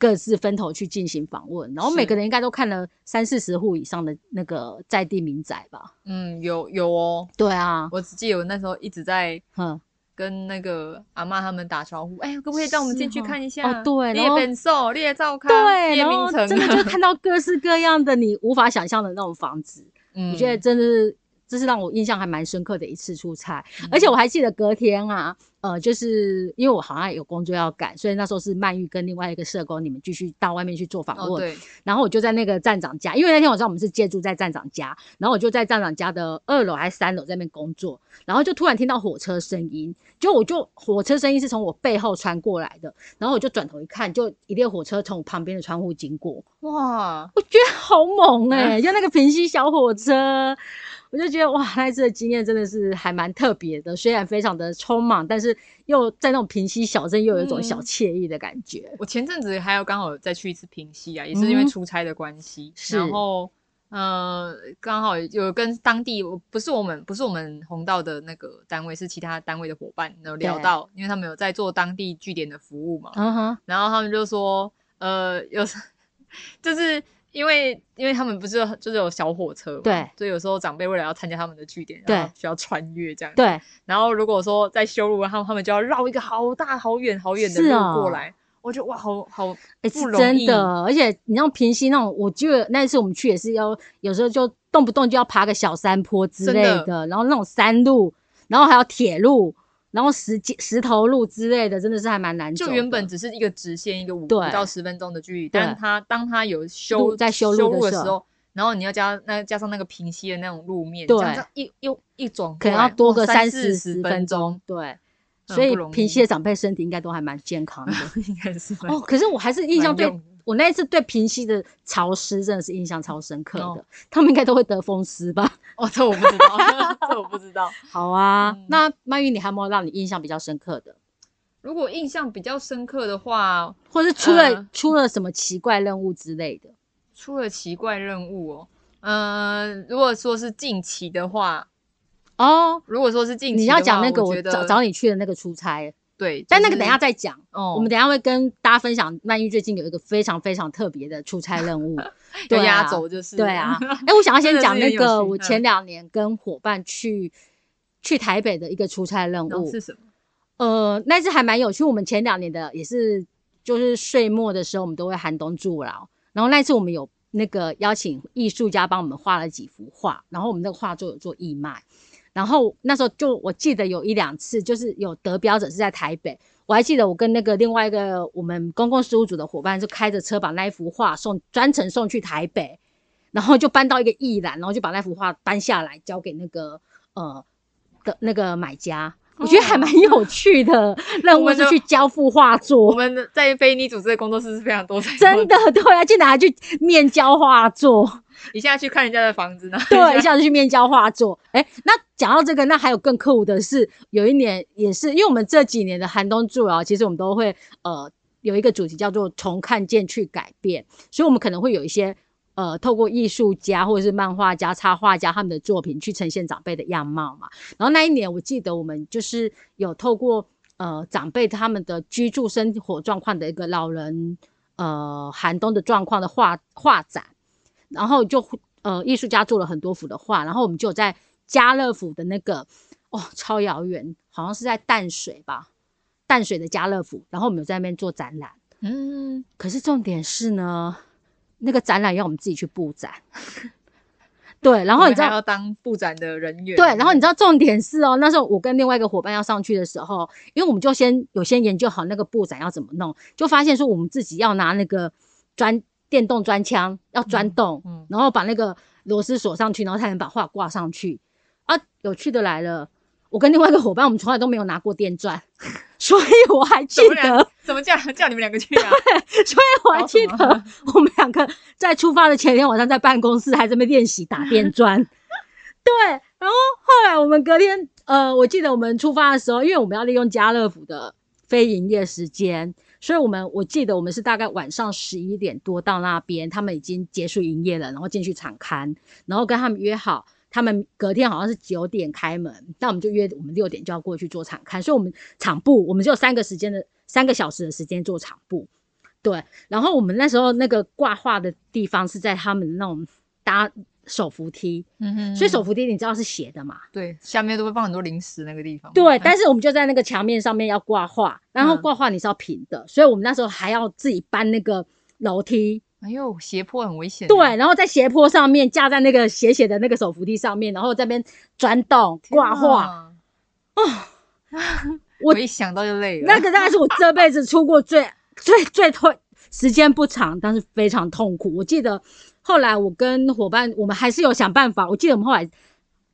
Speaker 2: 各自分头去进行访问，然后
Speaker 3: 是
Speaker 2: 每个人应该都看了三四十户以上的那个在地民宅吧？
Speaker 3: 嗯，有有哦，
Speaker 2: 对啊，
Speaker 3: 我只记得我那时候一直在。
Speaker 2: 嗯，
Speaker 3: 跟那个阿妈他们打招呼，哎、可不可以让我们
Speaker 2: 是
Speaker 3: 进去
Speaker 2: 哦
Speaker 3: 看一下？
Speaker 2: 哦对
Speaker 3: 列
Speaker 2: 然后
Speaker 3: 本寿、列兆康、
Speaker 2: 对，
Speaker 3: 列
Speaker 2: 然
Speaker 3: 明
Speaker 2: 后
Speaker 3: 城， (laughs) 啊
Speaker 2: 真的就看到各式各样的你无法想象的那种房子，
Speaker 3: 嗯
Speaker 2: 我觉得真的是这是让我印象还蛮深刻的一次出差。
Speaker 3: 嗯
Speaker 2: 而且我还记得隔天啊，呃，就是因为我好像有工作要赶，所以那时候是曼玉跟另外一个社工，你们继续到外面去做访
Speaker 3: 哦
Speaker 2: 问。
Speaker 3: 对，
Speaker 2: 然后我就在那个站长家，因为那天晚上我们是借住在站长家，然后我就在站长家的二楼还是三楼在那边工作，然后就突然听到火车声音，就我就火车声音是从我背后传过来的，然后我就转头一看，就一列火车从我旁边的窗户经过，
Speaker 3: 哇，
Speaker 2: 我觉得好猛哎、就那个平西小火车，我就觉得哇，那一次的经验真的是还蛮特别的，虽然非常的匆忙，但是又在那种平西小镇又有一种小
Speaker 3: 嗯
Speaker 2: 惬意的感觉。
Speaker 3: 我前阵子还有刚好再去一次平西啊，也是因为
Speaker 2: 嗯
Speaker 3: 出差的关系，
Speaker 2: 是
Speaker 3: 然后呃刚好有跟当地不是我们不是我们红道的那个单位，是其他单位的伙伴有聊
Speaker 2: 对
Speaker 3: 到，因为他们有在做当地据点的服务嘛，
Speaker 2: 嗯哼，
Speaker 3: 然后他们就说呃有时 (laughs) 就是。因为因为他们不是有就是有小火车嘛，
Speaker 2: 对，
Speaker 3: 所以有时候长辈为了要参加他们的据点，
Speaker 2: 对
Speaker 3: 然后需要穿越这样，
Speaker 2: 对，
Speaker 3: 然后如果说在修路，他们他们就要绕一个好大好远好远的
Speaker 2: 是
Speaker 3: 路
Speaker 2: 哦
Speaker 3: 过来。我觉得哇，好好
Speaker 2: 哎、
Speaker 3: 不
Speaker 2: 是
Speaker 3: 容
Speaker 2: 真
Speaker 3: 易
Speaker 2: 的，而且你像平溪那种，我记得那一次我们去也是要，有时候就动不动就要爬个小山坡之
Speaker 3: 真
Speaker 2: 类
Speaker 3: 的
Speaker 2: 的，然后那种山路，然后还有铁路，然后石阶石头路之类的，真的是还蛮难走
Speaker 3: 就
Speaker 2: 的。
Speaker 3: 原本只是一个直线，一个五
Speaker 2: 对
Speaker 3: 五到十分钟的距离，
Speaker 2: 对
Speaker 3: 但它当它有修
Speaker 2: 路在修路的
Speaker 3: 路的
Speaker 2: 时
Speaker 3: 时
Speaker 2: 候
Speaker 3: 候，然后你要加那加上那个平息的那种路面，
Speaker 2: 对
Speaker 3: 这样这样一又一转过
Speaker 2: 可
Speaker 3: 来，
Speaker 2: 能要多个
Speaker 3: 三
Speaker 2: 四
Speaker 3: 十
Speaker 2: 分
Speaker 3: 钟，
Speaker 2: 对，
Speaker 3: 嗯
Speaker 2: 所以
Speaker 3: 不容
Speaker 2: 平
Speaker 3: 易
Speaker 2: 溪的长辈身体应该都还蛮健康的。
Speaker 3: 应该是蛮
Speaker 2: 哦，可是我还是印象
Speaker 3: 蛮
Speaker 2: 对
Speaker 3: 用的
Speaker 2: 我那一次对平溪的潮湿真的是印象超深刻的，
Speaker 3: 哦
Speaker 2: 他们应该都会得风湿吧？ (laughs)
Speaker 3: 哦，这我不知道，这我不知道。
Speaker 2: 好啊，
Speaker 3: 嗯
Speaker 2: 那曼玉，你还有没有让你印象比较深刻的？
Speaker 3: 如果印象比较深刻的话，
Speaker 2: 或是出了、
Speaker 3: 呃
Speaker 2: 出了什么奇怪任务之类的。
Speaker 3: 出了奇怪任务哦。呃，如果说是近期的话，
Speaker 2: 哦，
Speaker 3: 如果说是近期
Speaker 2: 你
Speaker 3: 的话，
Speaker 2: 要讲那个
Speaker 3: 我
Speaker 2: 我
Speaker 3: 觉得
Speaker 2: 找找你去的那个出差，
Speaker 3: 对，
Speaker 2: 但那
Speaker 3: 就
Speaker 2: 个
Speaker 3: 是
Speaker 2: 等一下，再讲。
Speaker 3: 哦，
Speaker 2: 我们等一下会跟大家分享曼玉最近有一个非常非常特别的出差任务
Speaker 3: (laughs) 有，
Speaker 2: 对
Speaker 3: 压
Speaker 2: 啊，
Speaker 3: 轴就是
Speaker 2: 对啊。哎、我想要先讲那
Speaker 3: (laughs) 真的是很有
Speaker 2: 个，
Speaker 3: 趣嗯
Speaker 2: 我前两年跟伙伴去去台北的一个出差任
Speaker 3: 然后
Speaker 2: 务
Speaker 3: 哦是，什么？
Speaker 2: 呃，那次还蛮有趣。我们前两年的也是，就是岁末的时候，我们都会寒冬助老。然后那次我们有那个邀请艺术家帮我们画了几幅画，然后我们那个画作有做义卖。然后那时候就我记得有一两次，就是有得标者是在台北，我还记得我跟那个另外一个我们公共事务组的伙伴，就开着车把那一幅画送专程送去台北，然后就搬到一个艺廊，然后就把那幅画搬下来交给那个呃的那个买家。我觉得还蛮有趣的，任务
Speaker 3: 哦们
Speaker 2: 是
Speaker 3: 的
Speaker 2: 去交付画
Speaker 3: 我
Speaker 2: 作，
Speaker 3: 们的在菲尼组织的工作室是非常多彩多
Speaker 2: 真的对啊，竟然还去面交画作，
Speaker 3: 一下去看人家的房子，然后 (laughs)
Speaker 2: 对，一
Speaker 3: 一下
Speaker 2: 下子去面交画作。哎、那讲到这个，那还有更酷的是，有一年也是，因为我们这几年的寒冬助啊，其实我们都会呃有一个主题叫做“从看见去改变”，所以我们可能会有一些呃透过艺术家或者是漫画家、插画家他们的作品去呈现长辈的样貌嘛。然后那一年我记得我们就是有透过呃长辈他们的居住生活状况的一个老人呃寒冬的状况的画画展，然后就呃艺术家做了很多幅的画，然后我们就有在家乐福的那个哦超遥远，好像是在淡水吧，淡水的家乐福，然后我们有在那边做展览。
Speaker 3: (laughs) 嗯，
Speaker 2: 可是重点是呢，那个展览要我们自己去布展。 (laughs) 对，然
Speaker 3: 然
Speaker 2: 后你知道
Speaker 3: 要当布展的人员，
Speaker 2: 对，然后你知道重点是哦，那时候我跟另外一个伙伴要上去的时候，因为我们就先有先研究好那个布展要怎么弄，就发现说我们自己要拿那个钻电动钻枪要钻洞，
Speaker 3: 嗯嗯
Speaker 2: 然后把那个螺丝锁上去，然后才能把画挂上去。啊，有趣的来了，我跟另外一个伙伴，我们从来都没有拿过电钻， (laughs) 所以我还记
Speaker 3: 怎么
Speaker 2: 得
Speaker 3: 两。怎么叫叫你们两个去啊？
Speaker 2: 所以我还
Speaker 3: 搞
Speaker 2: 记
Speaker 3: 什么
Speaker 2: 得我们两个在出发的前一天晚上在办公室还在那边练习打电钻。对，然后后来我们隔天，呃，我记得我们出发的时候，因为我们要利用家乐福的非营业时间，所以我们我记得我们是大概晚上十一点多到那边，他们已经结束营业了，然后进去场刊，然后跟他们约好。他们隔天好像是九点开门，那我们就约我们六点就要过去做场刊，所以我们场部我们只有三个时间的三个小时的时间做场部，对，然后我们那时候那个挂画的地方是在他们那种搭手扶梯，
Speaker 3: 嗯
Speaker 2: (laughs)
Speaker 3: 哼
Speaker 2: 所以手扶梯你知道是斜的嘛？
Speaker 3: 对下面都会放很多零食那个地方，
Speaker 2: 对，
Speaker 3: 嗯
Speaker 2: 但是我们就在那个墙面上面要挂画，然后
Speaker 3: 嗯
Speaker 2: 挂画你是要平的，所以我们那时候还要自己搬那个楼梯，
Speaker 3: 哎呦，斜坡很危险。欸
Speaker 2: 对，，然后在斜坡上面架在那个斜斜的那个手扶梯上面，然后在那边钻洞挂画。
Speaker 3: 啊， (laughs)
Speaker 2: 我
Speaker 3: 我一想到就累了。
Speaker 2: 那个大概是我这辈子出过最 (laughs) 最最痛，时间不长，但是非常痛苦。我记得后来我跟伙伴，我们还是有想办法。我记得我们后来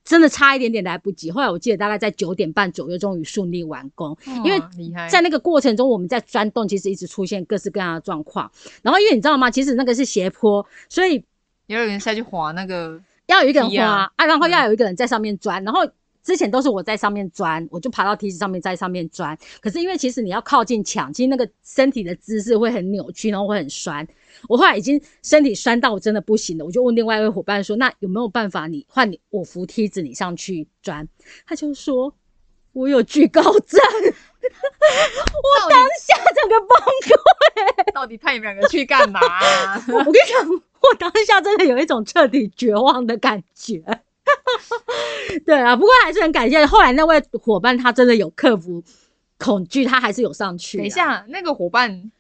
Speaker 2: 真的差一点点来不及，后来我记得大概在九点半左右，终于顺利完工。因为
Speaker 3: 哇嗯厉害，
Speaker 2: 在那个过程中，我们在钻洞，其实一直出现各式各样的状况。然后因为你知道吗？其实那个是斜坡，所以
Speaker 3: 也有人下去滑那个，
Speaker 2: 要有一个人
Speaker 3: 梯
Speaker 2: 滑
Speaker 3: 啊
Speaker 2: 啊然后要有一个人在上面钻，然后。之前都是我在上面钻，我就爬到梯子上面，在上面钻。可是因为其实你要靠近墙，其实那个身体的姿势会很扭曲，然后会很酸。我后来已经身体酸到我真的不行了，我就问另外一位伙伴说：“那有没有办法你换你我扶梯子你上去钻？”他就说：“我有惧高症。” (laughs)
Speaker 3: 我
Speaker 2: 当下整个崩溃。
Speaker 3: (laughs) 到底派你们两个去干 (laughs) 嘛啊、
Speaker 2: 我跟你讲， (laughs) 我当下真的有一种彻底绝望的感觉。对啊，不过还是很感谢后来那位伙伴，他真的有克服恐惧，他还是有上去啊。
Speaker 3: 等一下，那个伙伴，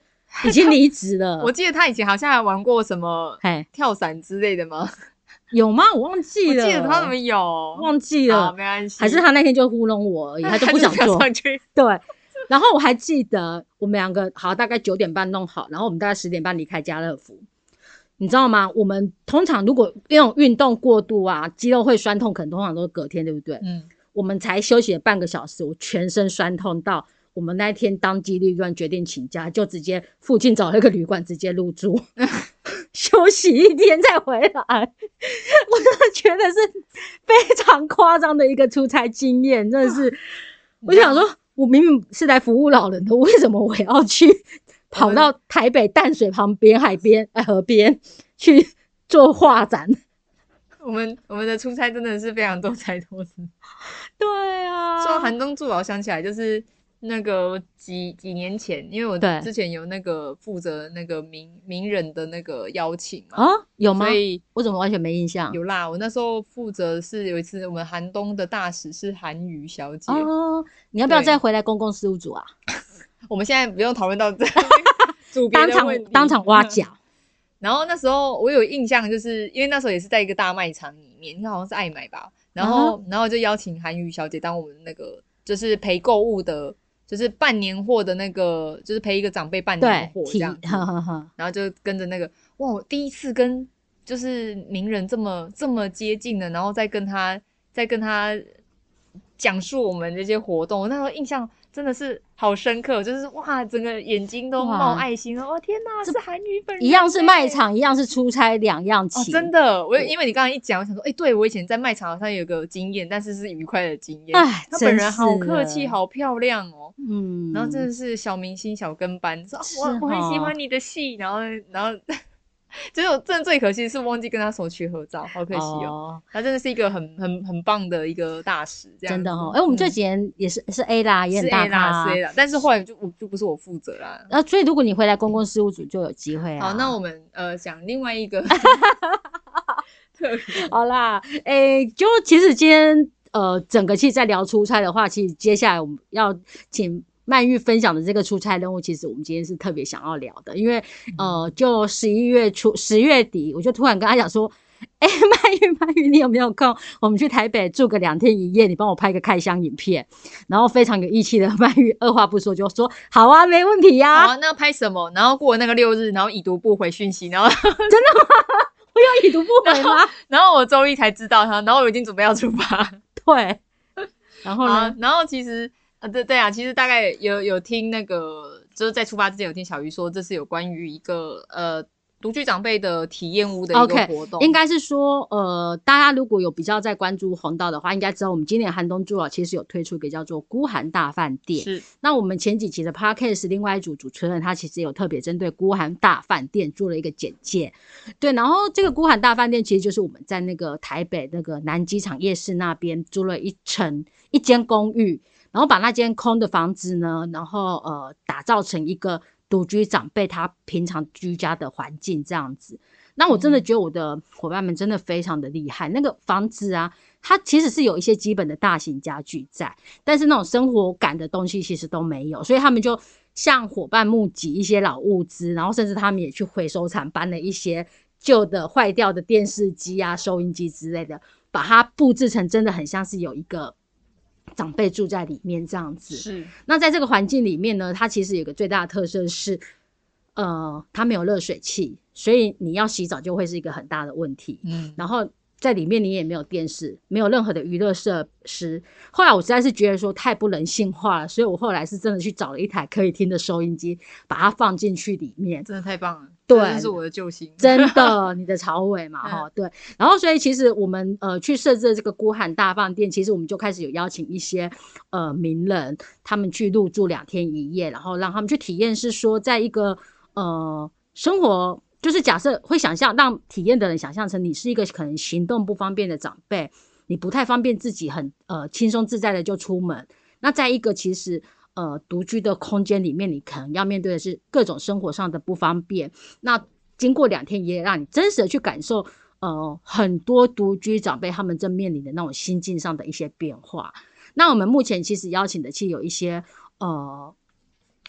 Speaker 2: 已经离职了。
Speaker 3: 我记得他以前好像还玩过什么
Speaker 2: 哎，
Speaker 3: 跳伞之类的吗？
Speaker 2: 有吗？我忘
Speaker 3: 我
Speaker 2: 记
Speaker 3: 记
Speaker 2: 了。
Speaker 3: 得他们有，
Speaker 2: 忘记
Speaker 3: 啊
Speaker 2: 了
Speaker 3: 没，关系，
Speaker 2: 还
Speaker 3: (laughs)
Speaker 2: 是他那天就糊弄我而已，他就不想做。
Speaker 3: 上去。
Speaker 2: (laughs) 对，然后我还记得我们两个好，大概九点半弄好，然后我们大概十点半离开家乐福。你知道吗？我们通常如果那种运动过度啊，肌肉会酸痛，可能通常都是隔天，对不对？
Speaker 3: 嗯，
Speaker 2: 我们才休息了半个小时，我全身酸痛到我们那一天当机立断决定请假，就直接附近找了一个旅馆直接入住， (laughs) 休息一天再回来。我真的觉得是非常夸张的一个出差经验，真的是，我就想说，我明明是来服务老人的，为什么我要去跑
Speaker 3: 们
Speaker 2: 到台北淡水旁边海边、哎河边去做画展？
Speaker 3: 我们我们的出差真的是非常多才多姿。
Speaker 2: 对啊，
Speaker 3: 说到寒冬助老，想起来就是那个几几年前，因为我
Speaker 2: 对
Speaker 3: 之前有那个负责那个名名人的那个邀请嘛，
Speaker 2: 啊，有吗
Speaker 3: 所？以
Speaker 2: 我怎么完全没印象？
Speaker 3: 有啦。我那时候负责是有一次我们寒冬的大使是韩瑜小姐，
Speaker 2: 哦，你要不要
Speaker 3: 对
Speaker 2: 再回来公共事务组啊？
Speaker 3: 我们现在不用讨论
Speaker 2: (laughs)
Speaker 3: 到这组别
Speaker 2: 当
Speaker 3: 的
Speaker 2: 场
Speaker 3: 问题嗯
Speaker 2: 当
Speaker 3: (laughs)
Speaker 2: 场挖角。
Speaker 3: 然后那时候我有印象，就是因为那时候也是在一个大卖场里面，应该好像是爱买吧。然
Speaker 2: 嗯
Speaker 3: 后，然后就邀请韩语小姐当我们那个就是陪购物的，就是办年货的那个，就是陪一个长辈办年
Speaker 2: 对
Speaker 3: 货，嗯这
Speaker 2: 体
Speaker 3: 样子。
Speaker 2: 呵呵呵，
Speaker 3: 然后就跟着那个，哇，我第一次跟就是名人这么这么接近的，然后再跟他再跟他讲述我们这些活动，我那时候印象真的是好深刻，就是哇，整个眼睛都
Speaker 2: 哇
Speaker 3: 冒爱心了，哇，哦天哪，是韩语本人
Speaker 2: 一样是卖
Speaker 3: 欸
Speaker 2: 场，一样是出差，两样
Speaker 3: 哦，
Speaker 2: 起。
Speaker 3: 真的，我因为你刚刚一讲，我想说，哎、对我以前在卖场好像有个经验，但是是愉快的经验。
Speaker 2: 哎
Speaker 3: 她本人
Speaker 2: (laughs) 真
Speaker 3: 好
Speaker 2: 是
Speaker 3: 客气，
Speaker 2: 的
Speaker 3: 好漂亮哦。
Speaker 2: 嗯，
Speaker 3: 然后真的是小明星、小跟班，说、啊
Speaker 2: 是
Speaker 3: 我我很喜
Speaker 2: 哦
Speaker 3: 欢你的戏，然后然后， (laughs) 就是我真的最可惜是忘记跟他手取合照，好可惜哦。
Speaker 2: 哦，
Speaker 3: 他真的是一个很很很棒的一个大使，这样
Speaker 2: 真的哦。
Speaker 3: 子
Speaker 2: 哎，我们这
Speaker 3: 嗯
Speaker 2: 几年也是是 A 啦，也
Speaker 3: 是
Speaker 2: 很大
Speaker 3: A 啦
Speaker 2: 咖啊
Speaker 3: 是。A 啦，但是后来就我就不是我负责啦。
Speaker 2: 然后所以如果你回来公共事务组就有机会啊。
Speaker 3: 好，那我们呃讲另外
Speaker 2: (laughs)
Speaker 3: 一个特别
Speaker 2: 好啦，诶、就其实今天呃，整个其实在聊出差的话，其实接下来我们要请曼玉分享的这个出差任务，其实我们今天是特别想要聊的，因为
Speaker 3: 嗯
Speaker 2: 呃，就十一月初十月底，我就突然跟他讲说。 (laughs) 哎、曼玉， (laughs) 曼玉，你有没有空？我们去台北住个两天一夜，你帮我拍个开箱影片。然后非常有义气的曼玉，二话不说就说好啊，没问题呀、
Speaker 3: 好啊，那拍什么？然后过了那个六日，然后已读不回讯息，然后 (laughs)
Speaker 2: 我有已读不回吗？
Speaker 3: 然后我周一才知道他，然后我已经准备要出发。
Speaker 2: 对。然后
Speaker 3: 啊
Speaker 2: 呢？，
Speaker 3: (laughs) 然后其实啊，对对啊，其实大概有有听那个，就是在出发之前有听小鱼说，这是有关于一个呃独居长辈的体验屋的一个
Speaker 2: OK，
Speaker 3: 活动
Speaker 2: 应该是说，呃，大家如果有比较在关注红道的话，应该知道我们今年寒冬助老其实有推出一个叫做“孤寒大饭店”。
Speaker 3: 是
Speaker 2: 那我们前几期的 podcast 另外一组主持人他其实有特别针对孤寒大饭店做了一个简介，对，然后这个孤寒大饭店其实就是我们在那个台北那个南机场夜市那边租了一层一间公寓，然后把那间空的房子呢，然后呃打造成一个独居长辈他平常居家的环境这样子。那我真的觉得我的伙伴们真的非常的厉害，那个房子啊，它其实是有一些基本的大型家具在，但是那种生活感的东西其实都没有，所以他们就向伙伴募集一些老物资，然后甚至他们也去回收厂搬了一些旧的坏掉的电视机啊、收音机之类的，把它布置成真的很像是有一个长辈住在里面这样子。
Speaker 3: 是
Speaker 2: 那在这个环境里面呢，它其实有一个最大的特色是，呃，它没有热水器，所以你要洗澡就会是一个很大的问题。
Speaker 3: 嗯，
Speaker 2: 然后在里面你也没有电视，没有任何的娱乐设施。后来我实在是觉得说太不人性化了，所以我后来是真的去找了一台可以听的收音机，把它放进去里面。
Speaker 3: 真的太棒了，
Speaker 2: 对
Speaker 3: 这就是我的救星， (laughs)
Speaker 2: 真的，你的朝伟嘛，
Speaker 3: 嗯
Speaker 2: 哈、对。然后，所以其实我们呃去设置这个孤寒大饭店，其实我们就开始有邀请一些呃名人，他们去入住两天一夜，然后让他们去体验，是说在一个呃生活，就是假设会想象让体验的人想象成你是一个可能行动不方便的长辈，你不太方便自己很呃轻松自在的就出门。那在一个其实呃独居的空间里面，你可能要面对的是各种生活上的不方便。那经过两天一夜，让你真实的去感受，呃，很多独居长辈他们正面临的那种心境上的一些变化。那我们目前其实邀请的，其实有一些呃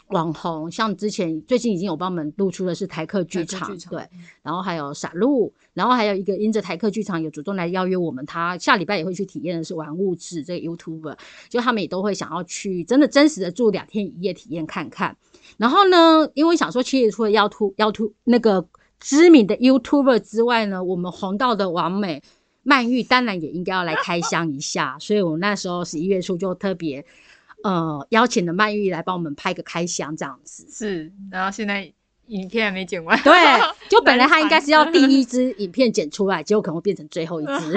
Speaker 2: 网红，像之前最近已经有帮我们露出的是台客剧
Speaker 3: 台
Speaker 2: 场，
Speaker 3: 客剧场
Speaker 2: 对，然后还有傻露，然后还有一个因着台客剧场有主动来邀约我们，他下礼拜也会去体验的是玩物志这个 YouTuber，就他们也都会想要去真的真实的住两天一夜体验看看。然后呢，因为想说，其实除了要突要突那个知名的 YouTuber 之外呢，我们红到的王美曼玉当然也应该要来开箱一下，所以我那时候十一月初就特别呃邀请了曼玉来帮我们拍个开箱这样子。
Speaker 3: 是。然后现在影片还没剪 (laughs) 完，
Speaker 2: 对，就本来他应该是要第一支影片剪出来，结果可能会变成最后一
Speaker 3: (laughs)
Speaker 2: 支。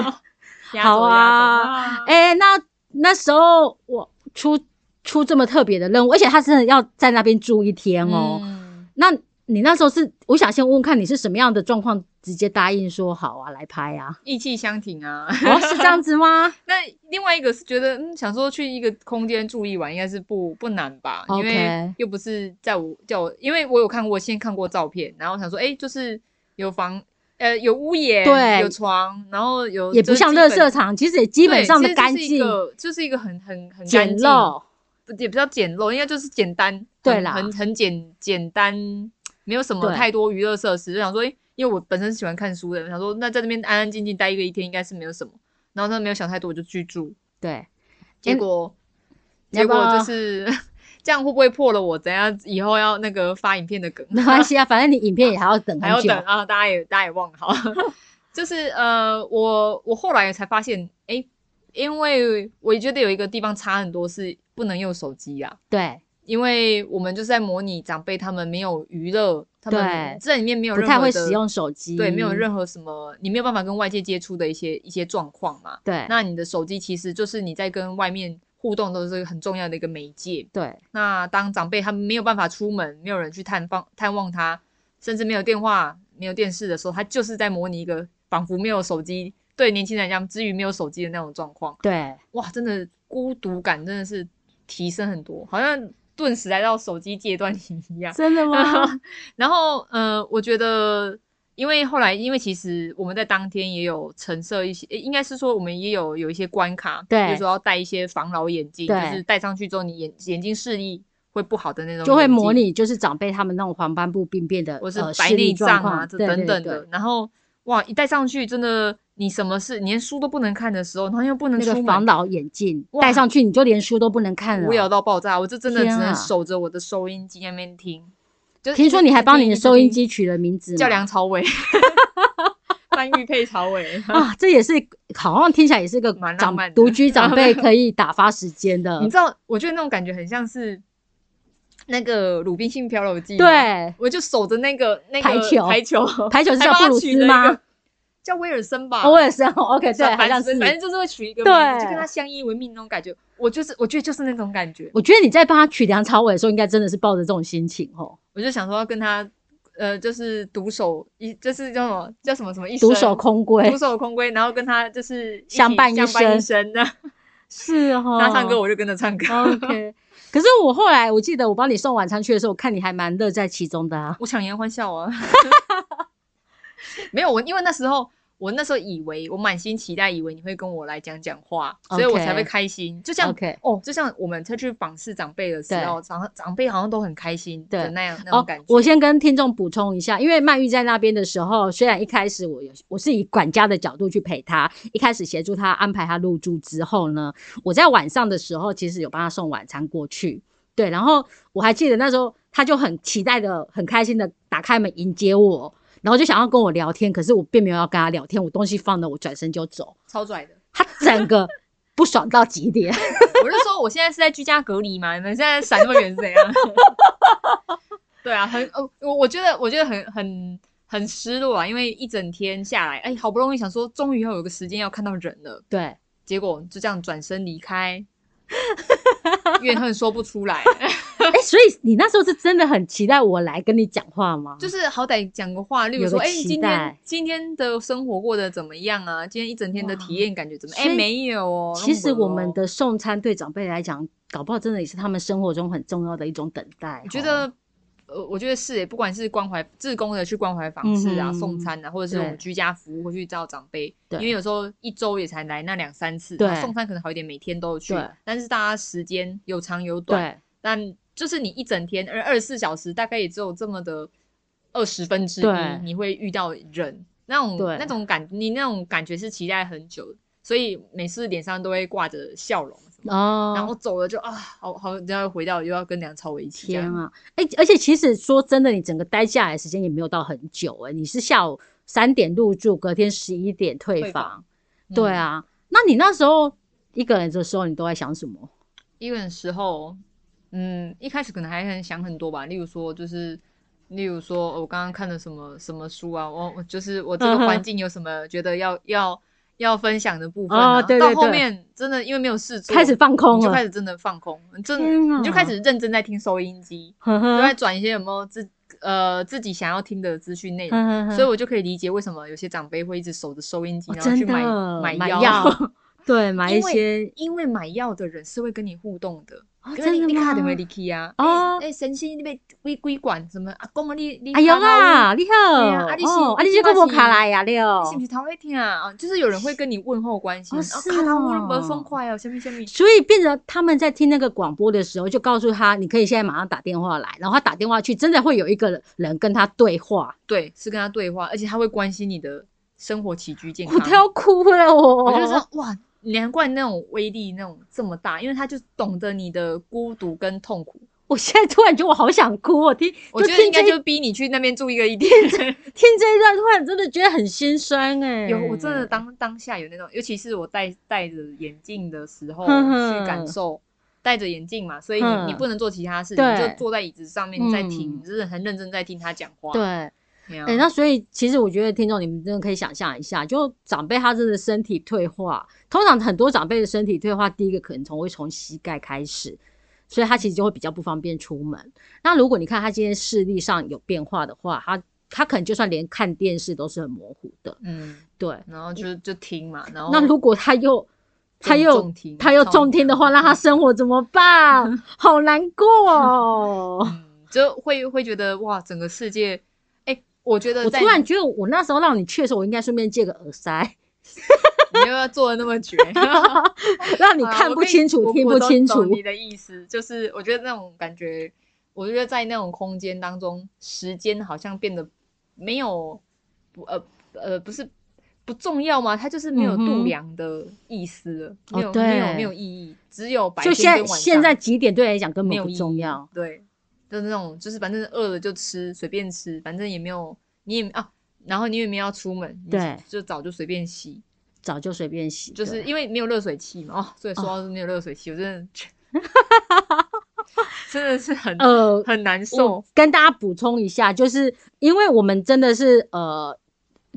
Speaker 3: 压
Speaker 2: 好
Speaker 3: 轴
Speaker 2: 啊，
Speaker 3: 压轴
Speaker 2: 哎、那那时候我出出这么特别的任务，而且他真的要在那边住一天哦。
Speaker 3: 嗯
Speaker 2: 那你那时候是，我想先问问看你是什么样的状况，直接答应说好啊，来拍
Speaker 3: (laughs)
Speaker 2: 啊？
Speaker 3: 意气相挺啊。
Speaker 2: 哦，是这样子吗？
Speaker 3: 那另外一个是觉得，嗯，想说去一个空间住一晚，应该是不不难吧
Speaker 2: OK
Speaker 3: 因为又不是在我叫我，因为我有看过，先看过照片，然后想说，哎、就是有房，呃，有屋檐，
Speaker 2: 对
Speaker 3: 有床，然然后有
Speaker 2: 也不像垃圾
Speaker 3: 色，
Speaker 2: 场，其实也
Speaker 3: 基
Speaker 2: 基本上的干
Speaker 3: 就是一
Speaker 2: 净、
Speaker 3: 个就是一个很很很干
Speaker 2: 简
Speaker 3: 净，
Speaker 2: 陋。
Speaker 3: 也不叫简陋，应该就是简单，
Speaker 2: 对
Speaker 3: 很
Speaker 2: 啦
Speaker 3: 很很简简单，没有什么
Speaker 2: 对
Speaker 3: 太多娱乐设施。就想说，诶因为我本身是喜欢看书的，想说那在那边安安静静待一个一天应该是没有什么。然后他没有想太多，我就去住，
Speaker 2: 对，
Speaker 3: 结果、
Speaker 2: 你要
Speaker 3: 结
Speaker 2: 不
Speaker 3: 果
Speaker 2: 要
Speaker 3: 就是 (laughs) 这样会不会破了我？等下以后要那个发影片的梗，
Speaker 2: 没关系啊，反正你影片也还要等
Speaker 3: (laughs) 还要
Speaker 2: 很久
Speaker 3: 等。啊，大家也大家也忘了好， (laughs) 就是呃，我我后来才发现，哎、因为我觉得有一个地方差很多是不能用手机啊。
Speaker 2: 对，
Speaker 3: 因为我们就是在模拟长辈他们没有娱乐，他们
Speaker 2: 对
Speaker 3: 这里面没有
Speaker 2: 不
Speaker 3: 任何
Speaker 2: 太会
Speaker 3: 的
Speaker 2: 使用手机，
Speaker 3: 对，没有
Speaker 2: 何
Speaker 3: 任何什么，你没有办法跟外界接触的一些一些状况嘛。
Speaker 2: 对
Speaker 3: 那你的手机其实就是你在跟外面互动都是很重要的一个媒介。
Speaker 2: 对
Speaker 3: 那当长辈他们没有办法出门，没有人去探访探望他，甚至没有电话、没有电视的时候，他就是在模拟一个仿佛没有手机，对年轻人来讲，至于没有手机的那种状况。
Speaker 2: 对
Speaker 3: (laughs) 哇，真的孤独感真的是提升很多，好像顿时来到手机戒断营一样。
Speaker 2: 真的
Speaker 3: (laughs) 然后，呃，我觉得，因为后来，因为其实我们在当天也有陈设一些，诶应该是说我们也有有一些关卡，
Speaker 2: 对
Speaker 3: 比如说要戴一些防老眼镜，
Speaker 2: 对
Speaker 3: 就是戴上去之后，你眼眼睛视力会不好的那种，
Speaker 2: 就会模。拟就是长辈他们那种黄斑部病变的，
Speaker 3: 我是
Speaker 2: 呃
Speaker 3: 白
Speaker 2: 视
Speaker 3: 内
Speaker 2: 力
Speaker 3: 障
Speaker 2: 状
Speaker 3: 啊，
Speaker 2: 况
Speaker 3: 这
Speaker 2: 对
Speaker 3: 等
Speaker 2: 对
Speaker 3: 等
Speaker 2: 对
Speaker 3: 的。然后哇，一戴上去，真的你什么事，你连书都不能看的时候，然后又不能
Speaker 2: 那
Speaker 3: 出
Speaker 2: 个
Speaker 3: 门，
Speaker 2: 防老眼镜
Speaker 3: 哇
Speaker 2: 戴上去，你就连书都不能看了。
Speaker 3: 无聊到爆炸，我就真的只
Speaker 2: 哦天
Speaker 3: 能
Speaker 2: 啊
Speaker 3: 守着我的收音机那边听。就是一
Speaker 2: 听
Speaker 3: 直
Speaker 2: 说你还帮
Speaker 3: 听
Speaker 2: 你的
Speaker 3: 一直
Speaker 2: 收音
Speaker 3: 听
Speaker 2: 机取了名字吗，
Speaker 3: 叫梁朝伟， (laughs) 翻玉配朝
Speaker 2: (laughs)
Speaker 3: 伟，
Speaker 2: 啊，这也是好像听起来也是个
Speaker 3: 蛮浪
Speaker 2: 长
Speaker 3: 漫的
Speaker 2: 独居长辈可以打发时间的
Speaker 3: 你。知道，我觉得那种感觉很像是那个《鲁滨逊漂流记》。，
Speaker 2: 对，
Speaker 3: 我就守着那个那个
Speaker 2: 排球
Speaker 3: 排球，
Speaker 2: 排球是
Speaker 3: 还
Speaker 2: 叫
Speaker 3: 帮他
Speaker 2: 布鲁
Speaker 3: 取
Speaker 2: 斯
Speaker 3: 了一
Speaker 2: 吗
Speaker 3: 个？叫威尔森吧。
Speaker 2: 哦，我也是哦，OK，对，好
Speaker 3: 反
Speaker 2: 像
Speaker 3: 正
Speaker 2: 是。
Speaker 3: 反正就是会取一个名
Speaker 2: 对
Speaker 3: 字，就跟他相依为命那种感觉。我就是，我觉得就是那种感觉。
Speaker 2: 我觉得你在帮他取梁朝伟的时候，应该真的是抱着这种心情哦，
Speaker 3: 我就想说要跟他，呃，就是独守一，就是叫什么叫什么什么一生
Speaker 2: 独守空闺
Speaker 3: 独。守空闺，然后跟他就是一起
Speaker 2: 相伴一
Speaker 3: 相伴
Speaker 2: 生
Speaker 3: 一生 (laughs) 的。
Speaker 2: 是哦，
Speaker 3: 他唱歌我就跟着唱歌。
Speaker 2: OK。可是我后来我记得我帮你送晚餐去的时候，我看你还蛮乐在其中的啊。
Speaker 3: 哦 (laughs) 我强颜欢笑啊。没有我，因为那时候我那时候以为，我满心期待，以为你会跟我来讲讲话，所以我
Speaker 2: OK
Speaker 3: 才会开心。就像
Speaker 2: OK
Speaker 3: 哦，就像我们再去访视长辈的时候，长长辈好像都很开心的
Speaker 2: 对
Speaker 3: 那样那种
Speaker 2: 哦
Speaker 3: 感觉。，
Speaker 2: 我先跟听众补充一下，因为曼玉在那边的时候，虽然一开始我有我是以管家的角度去陪她，一开始协助她安排她入住之后呢，我在晚上的时候其实有帮她送晚餐过去，对，然后我还记得那时候她就很期待的、很开心的打开门迎接我，然后就想要跟我聊天，可是我并没有要跟她聊天，我东西放了，我转身就走，
Speaker 3: 超拽的。
Speaker 2: 她整个不爽到极点。 (laughs)
Speaker 3: 我是说，我现在是在居家隔离嘛？你们现在闪那么远是怎样？ (laughs) 对啊，很呃，我我觉得我觉得很很很失落啊，因为一整天下来，哎，好不容易想说，终于要有个时间要看到人了，
Speaker 2: 对，
Speaker 3: 结果就这样转身
Speaker 2: (laughs)
Speaker 3: 离开，怨恨说不出来，
Speaker 2: (laughs) 哎、所以你那时候是真的很期待我来跟你讲话吗？
Speaker 3: 就是好歹讲个话，例如
Speaker 2: 有
Speaker 3: 说，
Speaker 2: 个
Speaker 3: 哎，你
Speaker 2: 期
Speaker 3: 今天
Speaker 2: 待
Speaker 3: 今天的生活过得怎么样啊？今天一整天的
Speaker 2: 哇
Speaker 3: 体验感觉怎么样？
Speaker 2: 所
Speaker 3: 哎，
Speaker 2: 以
Speaker 3: 没有哦。
Speaker 2: 其实我们
Speaker 3: 弄不懂哦
Speaker 2: 的送餐对长辈来讲，搞不好真的也是他们生活中很重要的一种等待。哦
Speaker 3: 我觉
Speaker 2: 吼
Speaker 3: 得，呃，我觉得是耶，不管是关怀志工的去关怀访视啊、
Speaker 2: 嗯哼
Speaker 3: 送餐啊，或者是我们
Speaker 2: 对
Speaker 3: 居家服务会去照长辈，因
Speaker 2: 对
Speaker 3: 为有时候一周也才来那两三次，
Speaker 2: 对
Speaker 3: 啊送餐可能好一点，每天都有去
Speaker 2: 对，
Speaker 3: 但是大家时间有长有短，
Speaker 2: 对
Speaker 3: 但就是你一整天二二十四小时，大概也只有这么的二十分之
Speaker 2: 对
Speaker 3: 一，你会遇到人那种
Speaker 2: 对
Speaker 3: 那种感，你那种感觉是期待很久的，所以每次脸上都会挂着笑容什么的。然后
Speaker 2: 哦，
Speaker 3: 走了就啊，好好，然后回到又要跟梁朝伟一起。这
Speaker 2: 天
Speaker 3: 样。
Speaker 2: 啊！哎、而且其实说真的，你整个待下来的时间也没有到很久哎、你是下午三点入住，隔天十一点退
Speaker 3: 退
Speaker 2: 房。
Speaker 3: 房
Speaker 2: 对
Speaker 3: 嗯，
Speaker 2: 啊，那你那时候一个人的时候，你都在想什么？
Speaker 3: 一个人的时候，嗯，一开始可能还很想很多吧，例如说就是。例如说，哦我刚刚看了什么什么书啊，我我就是我这个
Speaker 2: 嗯哼
Speaker 3: 环境有什么觉得要要要分享的部分
Speaker 2: 哦
Speaker 3: 啊
Speaker 2: 对
Speaker 3: 到
Speaker 2: 对
Speaker 3: 后
Speaker 2: 对
Speaker 3: 面真的因为没有事做，
Speaker 2: 开始放空
Speaker 3: 你就
Speaker 2: 了
Speaker 3: 开，始真的放空，真
Speaker 2: 天啊嗯
Speaker 3: 你就开始认真在听收音机，
Speaker 2: 呵
Speaker 3: 就在
Speaker 2: 呵
Speaker 3: 转一些有没有自呃自己想要听的资讯内容，
Speaker 2: 呵呵
Speaker 3: 所以我就可以理解为什么有些长辈会一直守着收音机，
Speaker 2: 哦
Speaker 3: 然后去
Speaker 2: 真的
Speaker 3: 买
Speaker 2: 买
Speaker 3: 药， (laughs)
Speaker 2: 药对买一
Speaker 3: 因为
Speaker 2: 些
Speaker 3: 因为买药的人是会跟你互动的，
Speaker 2: 哦
Speaker 3: 因为你
Speaker 2: 真的
Speaker 3: 你
Speaker 2: 吗
Speaker 3: 卡点会力气啊，
Speaker 2: 哦
Speaker 3: 哎、欸，神仙你被归归管什么啊？公啊你你
Speaker 2: 哎呦啦，你好，
Speaker 3: 对啊啊你是
Speaker 2: 哦，啊
Speaker 3: 你
Speaker 2: 你
Speaker 3: 是
Speaker 2: 这个
Speaker 3: 嘛
Speaker 2: 无
Speaker 3: 是
Speaker 2: 卡来呀、啊，你
Speaker 3: 你
Speaker 2: 哦
Speaker 3: 是不是头会听啊？啊，就是有人会跟你问候关心，
Speaker 2: 哦
Speaker 3: 啊，
Speaker 2: 是
Speaker 3: 卡头我
Speaker 2: 哦
Speaker 3: 不爽快哦，什么什么，
Speaker 2: 所以变成他们在听那个广播的时候，就告诉他，你可以现在马上打电话来，然后他打电话去，真的会有一个人跟他对话。
Speaker 3: 对，是跟他对话，而且他会关心你的生活起居健康。
Speaker 2: 我都要哭了哦我，
Speaker 3: 我就知道哇，难怪那种威力那种这么大，因为他就懂得你的孤独跟痛苦。
Speaker 2: 我现在突然觉得我好想哭，我听，
Speaker 3: 我觉
Speaker 2: 就
Speaker 3: 得应
Speaker 2: 听
Speaker 3: 该
Speaker 2: 这
Speaker 3: 就逼你去那边住一个一天。
Speaker 2: 听这一段，突然真的觉得很心酸哎、
Speaker 3: 有，我真的当当下有那种，尤其是我戴戴着眼镜的时候
Speaker 2: 哼哼
Speaker 3: 去感受，戴着眼镜嘛，所以你
Speaker 2: 哼
Speaker 3: 你不能做其他事情，你
Speaker 2: 对
Speaker 3: 就坐在椅子上面在听，
Speaker 2: 嗯
Speaker 3: 就是很认真在听他讲话。
Speaker 2: 对，哎、
Speaker 3: 对啊，
Speaker 2: 那所以其实我觉得听众你们真的可以想象一下，就长辈他真的身体退化，通常很多长辈的身体退化，第一个可能从会从膝盖开始，所以他其实就会比较不方便出门。那如果你看他今天视力上有变化的话，他他可能就算连看电视都是很模糊的。
Speaker 3: 嗯，
Speaker 2: 对，
Speaker 3: 然后就就听嘛，然后
Speaker 2: 那如果他又他又
Speaker 3: 哦重听
Speaker 2: 他又
Speaker 3: 超
Speaker 2: 重听的话，那他生活怎么办？ (laughs) 好难过
Speaker 3: (laughs)
Speaker 2: 哦！
Speaker 3: 嗯，就会会觉得哇，整个世界，哎，我觉得
Speaker 2: 我
Speaker 3: 在
Speaker 2: 突然觉得，我那时候让你去的时候，我应该顺便借个耳塞，
Speaker 3: 你又要做的那么绝。
Speaker 2: (laughs) 让你
Speaker 3: 啊
Speaker 2: 看
Speaker 3: 我
Speaker 2: 不
Speaker 3: 可以
Speaker 2: 清楚、
Speaker 3: 我
Speaker 2: 听
Speaker 3: 我
Speaker 2: 不
Speaker 3: 都
Speaker 2: 清
Speaker 3: 懂
Speaker 2: 楚。
Speaker 3: 你的意思就是，我觉得那种感觉，我觉得在那种空间当中，时间好像变得没有不呃呃不是不重要吗？它就是没有
Speaker 2: 嗯哼
Speaker 3: 度量的意思了，
Speaker 2: 哦
Speaker 3: 没有
Speaker 2: 对
Speaker 3: 没有没有意义，只有白
Speaker 2: 就
Speaker 3: 天
Speaker 2: 现
Speaker 3: 跟
Speaker 2: 在
Speaker 3: 晚上
Speaker 2: 现在几点对你来讲根
Speaker 3: 没
Speaker 2: 本
Speaker 3: 有
Speaker 2: 不
Speaker 3: 意义啊
Speaker 2: 重要。
Speaker 3: 对，就是那种就是反正饿了就吃，随便吃，反正也没有你也啊，然后你也没有要出门，你
Speaker 2: 对
Speaker 3: 就早就随便洗。
Speaker 2: 早就随便洗，
Speaker 3: 就是
Speaker 2: 对啊哦
Speaker 3: 因为没有热水器嘛，哦，所以说到是没有热水器，我真的 (laughs) 真的是很、
Speaker 2: 呃，
Speaker 3: 很难受
Speaker 2: 我。跟大家补充一下，就是因为我们真的是呃，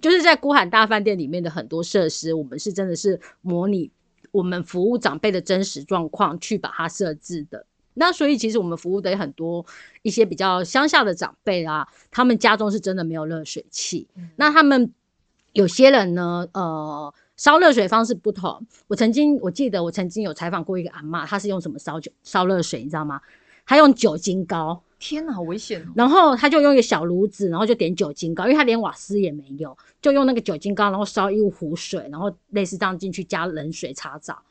Speaker 2: 就是在孤寒大饭店里面的很多设施，我们是真的是模拟我们服务长辈的真实状况去把它设置的。那所以其实我们服务的很多一些比较乡下的长辈啊，他们家中是真的没有热水器，
Speaker 3: 嗯
Speaker 2: 那他们有些人呢，呃，烧热水方式不同。我曾经我记得我曾经有采访过一个阿嬷，她是用什么烧酒烧热水，你知道吗？他用酒精膏，
Speaker 3: 天哪，好危险哦！
Speaker 2: 然后他就用一个小炉子，然后就点酒精膏，因为他连瓦斯也没有，就用那个酒精膏，然后烧一壶水，然后类似这样进去加冷水擦澡。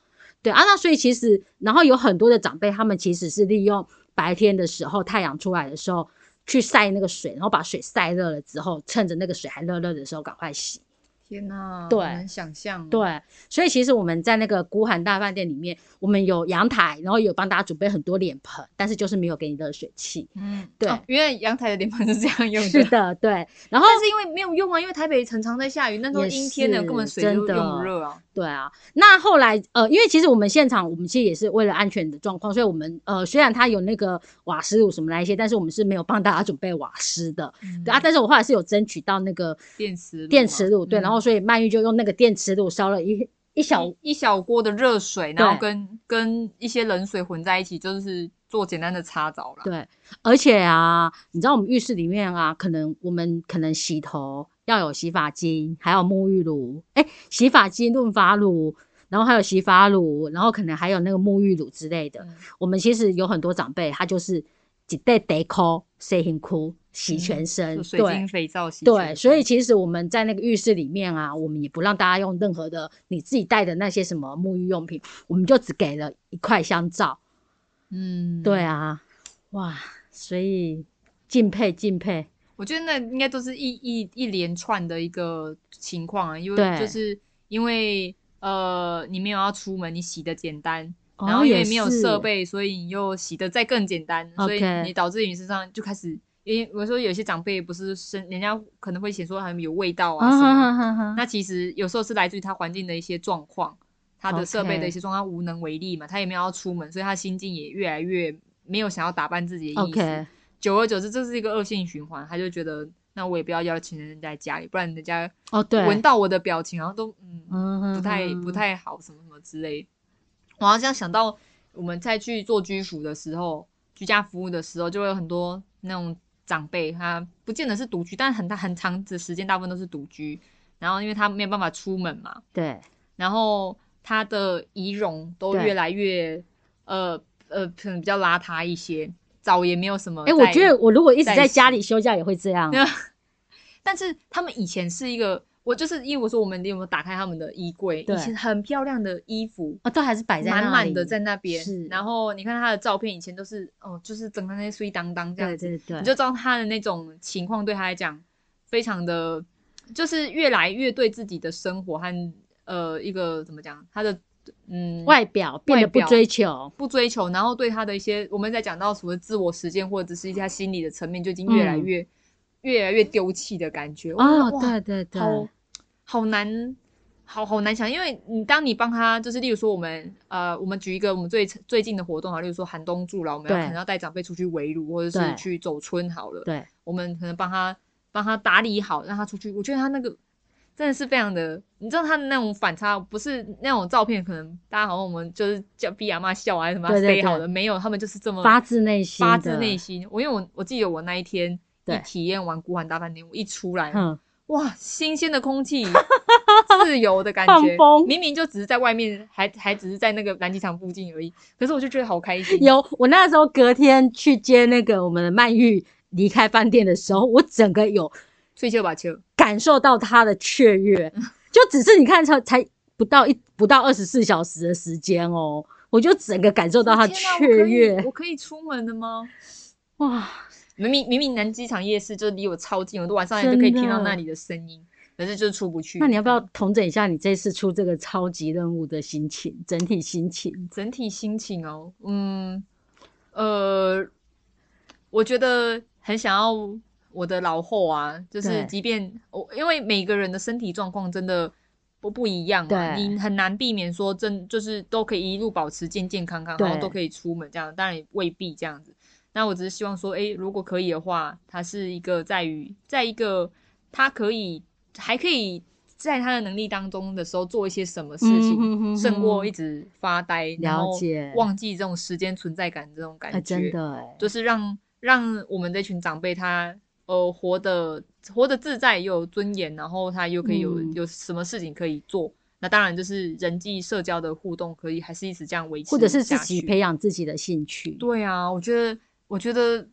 Speaker 2: 对啊，那所以其实，然后有很多的长辈，他们其实是利用白天的时候，太阳出来的时候去晒那个水，然后把水晒热了之后，趁着那个水还热热的时候赶快洗。
Speaker 3: 天哪，
Speaker 2: 对
Speaker 3: 好难想象哦。
Speaker 2: 对，所以其实我们在那个孤寒大饭店里面，我们有阳台，然后有帮大家准备很多脸盆，但是就是没有给你热水器。
Speaker 3: 嗯，
Speaker 2: 对
Speaker 3: 哦原来阳台的脸盆是这样用
Speaker 2: 是的，对。然后
Speaker 3: 但是因为没有用啊，因为台北常常在下雨，那时候
Speaker 2: 也
Speaker 3: 阴天的
Speaker 2: 是
Speaker 3: 根本水都
Speaker 2: 真的
Speaker 3: 用不热啊。
Speaker 2: 对啊，那后来呃，因为其实我们现场，我们其实也是为了安全的状况，所以我们呃虽然它有那个瓦斯炉什么那一些，但是我们是没有帮大家准备瓦斯的，对啊，但是我后来是有争取到那个
Speaker 3: 嗯电磁炉
Speaker 2: 电
Speaker 3: 嘛
Speaker 2: 磁炉，对，
Speaker 3: 嗯
Speaker 2: 然后所以曼玉就用那个电磁炉烧了一一小
Speaker 3: 一一小锅的热水，然后
Speaker 2: 对
Speaker 3: 跟跟一些冷水混在一起，就是做简单的擦澡啦。
Speaker 2: 对，而且啊，你知道我们浴室里面啊，可能我们可能洗头要有洗发精，还有沐浴乳，哎、洗发精、润发乳，然后还有洗发乳，然后可能还有那个沐浴乳之类的。
Speaker 3: 嗯
Speaker 2: 我们其实有很多长辈，他就是一袋得抠，洗很哭，洗全身，
Speaker 3: 嗯就水
Speaker 2: 对
Speaker 3: 晶。肥皂洗
Speaker 2: 对，
Speaker 3: 全身。
Speaker 2: 所以其实我们在那个浴室里面啊，我们也不让大家用任何的你自己带的那些什么沐浴用品，我们就只给了一块香皂，
Speaker 3: 嗯，
Speaker 2: 对啊，哇，所以敬佩敬佩，
Speaker 3: 我觉得那应该都是一一一连串的一个情况啊，因为
Speaker 2: 对
Speaker 3: 就是因为呃，你没有要出门，你洗的简单，
Speaker 2: 哦
Speaker 3: 然后因为
Speaker 2: 也
Speaker 3: 没有
Speaker 2: 是
Speaker 3: 设备，所以你又洗的再更简单，所以
Speaker 2: OK
Speaker 3: 你导致你身上就开始，因为我说有些长辈不是身，人家可能会写说他们有味道
Speaker 2: 嗯
Speaker 3: 啊什么的，
Speaker 2: 哈哈
Speaker 3: 那其实有时候是来自于他环境的一些状况，他的设备
Speaker 2: OK
Speaker 3: 的一些状况，他无能为力嘛，他也没有要出门，所以他心境也越来越没有想要打扮自己的意思。
Speaker 2: OK，
Speaker 3: 久而久之，这是一个恶性循环。他就觉得，那我也不要邀请人家来家里，不然人家
Speaker 2: 哦对，
Speaker 3: 闻到我的表情，然后都嗯
Speaker 2: 嗯
Speaker 3: 不太不，太好，什么什么之类。我好像想到我们在去做居服的时候，居家服务的时候，就会有很多那种长辈，他不见得是独居，但很大很长的时间，大部分都是独居。然后因为他没有办法出门嘛，
Speaker 2: 对，
Speaker 3: 然后他的仪容都
Speaker 2: 对
Speaker 3: 越来越呃呃，可能比较邋遢一些，澡也没有什么。
Speaker 2: 哎，我觉得我如果一直
Speaker 3: 在
Speaker 2: 在家
Speaker 3: 洗
Speaker 2: 里休假也会这样，
Speaker 3: 但是他们以前是一个，我就是因为我说我们有没有打开他们的衣柜，
Speaker 2: 对
Speaker 3: 以前很漂亮的衣服，
Speaker 2: 哦，都还是摆在
Speaker 3: 满
Speaker 2: 那
Speaker 3: 满
Speaker 2: 里
Speaker 3: 的在那边
Speaker 2: 是。
Speaker 3: 然后你看他的照片，以前都是哦，就是整个那些碎当当这样
Speaker 2: 对
Speaker 3: 子，
Speaker 2: 对对，
Speaker 3: 你就知道他的那种情况对他来讲非常的，就是越来越对自己的生活和呃一个怎么讲，他的嗯
Speaker 2: 外表变
Speaker 3: 外
Speaker 2: 得不
Speaker 3: 表
Speaker 2: 追求，
Speaker 3: 不追求，然后对他的一些，我们在讲到所谓自我实践或者是一些心理的层面，就已经越来
Speaker 2: 嗯
Speaker 3: 越、越来越丢弃的感觉。我
Speaker 2: 哦
Speaker 3: 觉得，哇
Speaker 2: 对对对，
Speaker 3: 好好难，好好难想，因为你当你帮他，就是例如说我们呃，我们举一个我们最最近的活动啊，例如说寒冬助老，我们要
Speaker 2: 对
Speaker 3: 可能要带长辈出去围炉，或者
Speaker 2: 对
Speaker 3: 是去走村好了，
Speaker 2: 对，
Speaker 3: 我们可能帮他帮他打理好，让他出去。我觉得他那个真的是非常的，你知道他的那种反差，不是那种照片，可能大家好像我们就是叫逼阿妈笑啊还是什么
Speaker 2: 对对
Speaker 3: 谁好
Speaker 2: 对
Speaker 3: 的，没有，他们就是这么
Speaker 2: 发自内心，
Speaker 3: 发自内，心。我因为我我记得我那一天一
Speaker 2: 对
Speaker 3: 体验完古玩大饭店，我一出来，
Speaker 2: 嗯，
Speaker 3: 哇，新鲜的
Speaker 2: (laughs)
Speaker 3: 空气，自由的感觉
Speaker 2: 放风，
Speaker 3: 明明就只是在外面，还还只是在那个篮球场附近而已，可是我就觉得好开心。
Speaker 2: 有，我那时候隔天去接那个我们的曼玉离开饭店的时候，我整个有
Speaker 3: 所以就把球，
Speaker 2: 感受到他的雀
Speaker 3: (laughs)
Speaker 2: 跃，就只是你看才才不到一不到二十四小时的时间哦，我就整个感受到他
Speaker 3: 天哪我
Speaker 2: 雀
Speaker 3: 可以
Speaker 2: 跃
Speaker 3: 我可以出门的吗？
Speaker 2: 哇！
Speaker 3: 明明明明南机场夜市就离我超近，我都晚上就可以听到那里的声音，可是就是出不去。
Speaker 2: 那你要不要统整一下你这次出这个超级任务的心情，整体心情？
Speaker 3: 整体心情哦？嗯，呃，我觉得很想要我的老后啊，就是
Speaker 2: 对
Speaker 3: 即便我因为每个人的身体状况真的不不一样嘛，
Speaker 2: 对
Speaker 3: 你很难避免说真就是都可以一路保持健健康康，
Speaker 2: 对
Speaker 3: 然后都可以出门这样，当然也未必这样子。那我只是希望说，诶，如果可以的话，它是一个在于在一个他可以还可以在他的能力当中的时候做一些什么事情，
Speaker 2: 嗯哼哼哼
Speaker 3: 胜过一直发呆，然后
Speaker 2: 解
Speaker 3: 忘记这种时间存在感这种感
Speaker 2: 哎、
Speaker 3: 觉，
Speaker 2: 真的哎、
Speaker 3: 就是让让我们这群长辈他呃活得活得自在，又有尊严，然后他又可以有、
Speaker 2: 嗯
Speaker 3: 有什么事情可以做。那当然就是人际社交的互动可以还是一直这样维持，
Speaker 2: 或者是自己培。养自己的兴趣，
Speaker 3: 对啊，我觉得我觉得，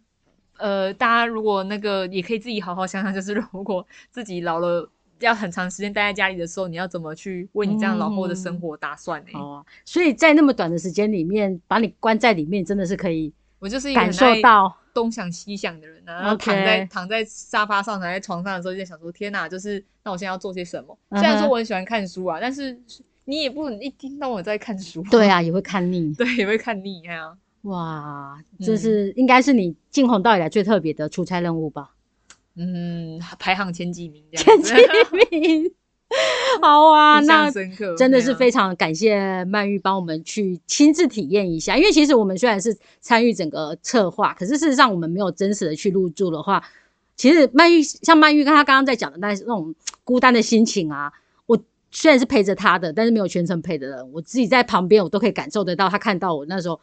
Speaker 3: 呃，大家如果那个也可以自己好好想想，就是如果自己老了要很长时间待在家里的时候，你要怎么去为你这
Speaker 2: 嗯
Speaker 3: 样老后的生活打算呢、
Speaker 2: 哦，所以在那么短的时间里面，把你关在里面，真的是可以
Speaker 3: 我就是一个很
Speaker 2: 感受
Speaker 3: 爱
Speaker 2: 到
Speaker 3: (laughs) 东想西想的人啊，然后躺在
Speaker 2: OK
Speaker 3: 躺在沙发上、躺在床上的时候，就在想说：天哪，就是那我现在要做些什么？
Speaker 2: 嗯哼
Speaker 3: 虽然说我很喜欢看书啊，但是你也不能一听到我在看书，
Speaker 2: 对，啊，也会看腻。
Speaker 3: 对，也会看腻啊。
Speaker 2: 哇，
Speaker 3: 嗯
Speaker 2: 这是、应该是你进红道以来最特别的出差任务吧？ (laughs)
Speaker 3: 嗯，排行前几名这样
Speaker 2: 前
Speaker 3: 子，
Speaker 2: 几名。好啊，
Speaker 3: (laughs) 印
Speaker 2: 那
Speaker 3: 象深刻，啊
Speaker 2: 真的是非
Speaker 3: 常
Speaker 2: 常感谢曼玉帮我们去亲自体验一下，因为其实我们虽然是参与整个策划，可是事实上我们没有真实的去入住的话，其实曼玉像曼玉跟她刚刚在讲的那那种孤单的心情啊，我虽然是陪着她的，但是没有全程陪的人，我自己在旁边我都可以感受得到，她看到我那时候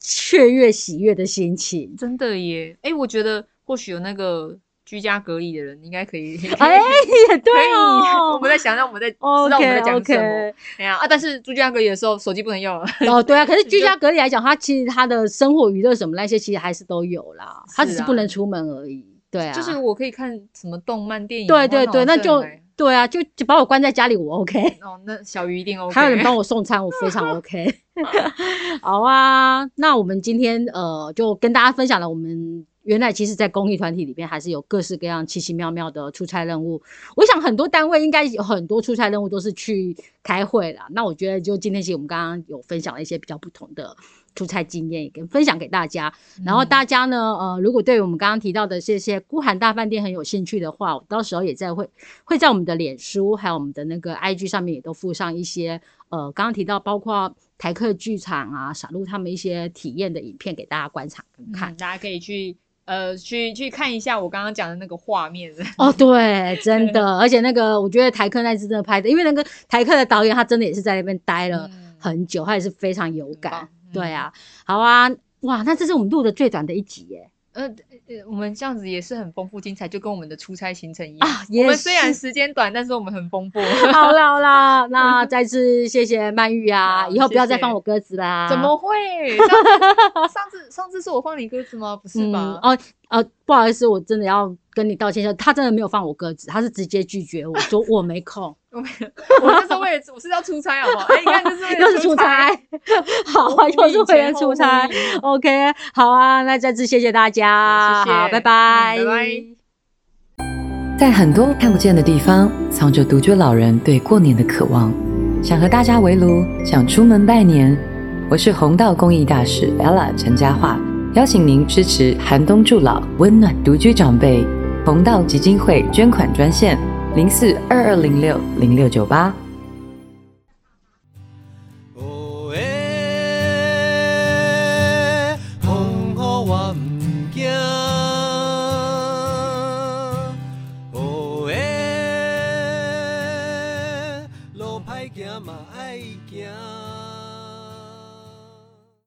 Speaker 2: 雀跃喜悦的心情。
Speaker 3: 真的耶。哎、我觉得或许有那个居家隔离的人，应该 (laughs) 可以，
Speaker 2: 哎，也 (laughs) 对
Speaker 3: 可以， (laughs) 我
Speaker 2: 哦
Speaker 3: 们。在想，让我们在知道我们在
Speaker 2: ，OK
Speaker 3: 讲什么。
Speaker 2: OK，
Speaker 3: 哎呀啊，但是居家隔离的时候，手机不能用了。 (laughs)
Speaker 2: 哦，对啊，可是居家隔离来讲，他其实他的生活娱乐什么那些，其实还是都有啦，他只
Speaker 3: 是
Speaker 2: 是
Speaker 3: 啊
Speaker 2: 不能出门而已。对啊，
Speaker 3: 就是我可以看什么动漫电影，
Speaker 2: 对对
Speaker 3: 我
Speaker 2: 对，
Speaker 3: 好像
Speaker 2: 那就
Speaker 3: 还
Speaker 2: 对啊，就就把我关在家里，我 OK。
Speaker 3: 哦，那小鱼一定
Speaker 2: (laughs)
Speaker 3: OK。
Speaker 2: 还有人帮我送餐，我非常
Speaker 3: (laughs)
Speaker 2: OK。好啊，那我们今天呃，就跟大家分享了我们。原来其实，在公益团体里面，还是有各式各样奇奇妙妙的出差任务。我想很多单位应该有很多出差任务都是去开会啦。那我觉得，就今天其实我们刚刚有分享了一些比较不同的出差经验，也跟分享给大家。然
Speaker 3: 嗯
Speaker 2: 后大家呢，呃，如果对我们刚刚提到的这些孤寒大饭店很有兴趣的话，我到时候也在会会在我们的脸书还有我们的那个 IG 上面也都附上一些呃刚刚提到包括台客剧场啊、傻露他们一些体验的影片给大家观察跟
Speaker 3: 嗯
Speaker 2: 看。
Speaker 3: 大家可以去呃去去看一下我刚刚讲的那个画面。
Speaker 2: 哦，对，
Speaker 3: (laughs)
Speaker 2: 真的，而且那个我觉得台客那次真的拍的，因为那个台客的导演他真的也是在那边待了
Speaker 3: (laughs) 嗯
Speaker 2: 很久，他也是非常有
Speaker 3: 很
Speaker 2: 感
Speaker 3: 棒。嗯
Speaker 2: 对啊，好啊，哇，那这是我们录的最短的一集耶
Speaker 3: 呃呃，我们这样子也是很丰富精彩，就跟我们的出差行程一样。
Speaker 2: 啊！
Speaker 3: 嗯我
Speaker 2: 也
Speaker 3: 们
Speaker 2: 是。啊
Speaker 3: 虽然时间短，但是我们很丰富。 (laughs)
Speaker 2: 好啦好啦，那再次谢谢曼玉啊，
Speaker 3: 好
Speaker 2: 以后不要再
Speaker 3: 谢谢
Speaker 2: 放我鸽子啦。
Speaker 3: 怎么会？上次上次上次是我放你鸽子吗？不是吧？
Speaker 2: 嗯、哦呃，不好意思，我真的要跟你道歉一下，他真的没有放我鸽子，他是直接拒绝我说我没
Speaker 3: (laughs)
Speaker 2: 空，
Speaker 3: 我没有，我就是为了我是要出差，好不好？哎，你看，就是为了
Speaker 2: 又是出差， (laughs) 好啊，又是为了出差
Speaker 3: 前
Speaker 2: (laughs)
Speaker 3: 后呼应。
Speaker 2: ，OK，好啊，那再次谢谢大家，
Speaker 3: 好谢谢
Speaker 2: 好，拜
Speaker 3: 嗯拜拜
Speaker 4: 在很多看不见的地方，藏着独居老人对过年的渴望。想和大家围炉，想出门拜年。我是红道公益大使 Ella 陈嘉桦，邀请您支持寒冬助老，温暖独居长辈。红道基金会捐款专线零四二二零六零六九八。
Speaker 1: 哦诶，风雨我毋惊。哦诶，路歹行嘛爱行。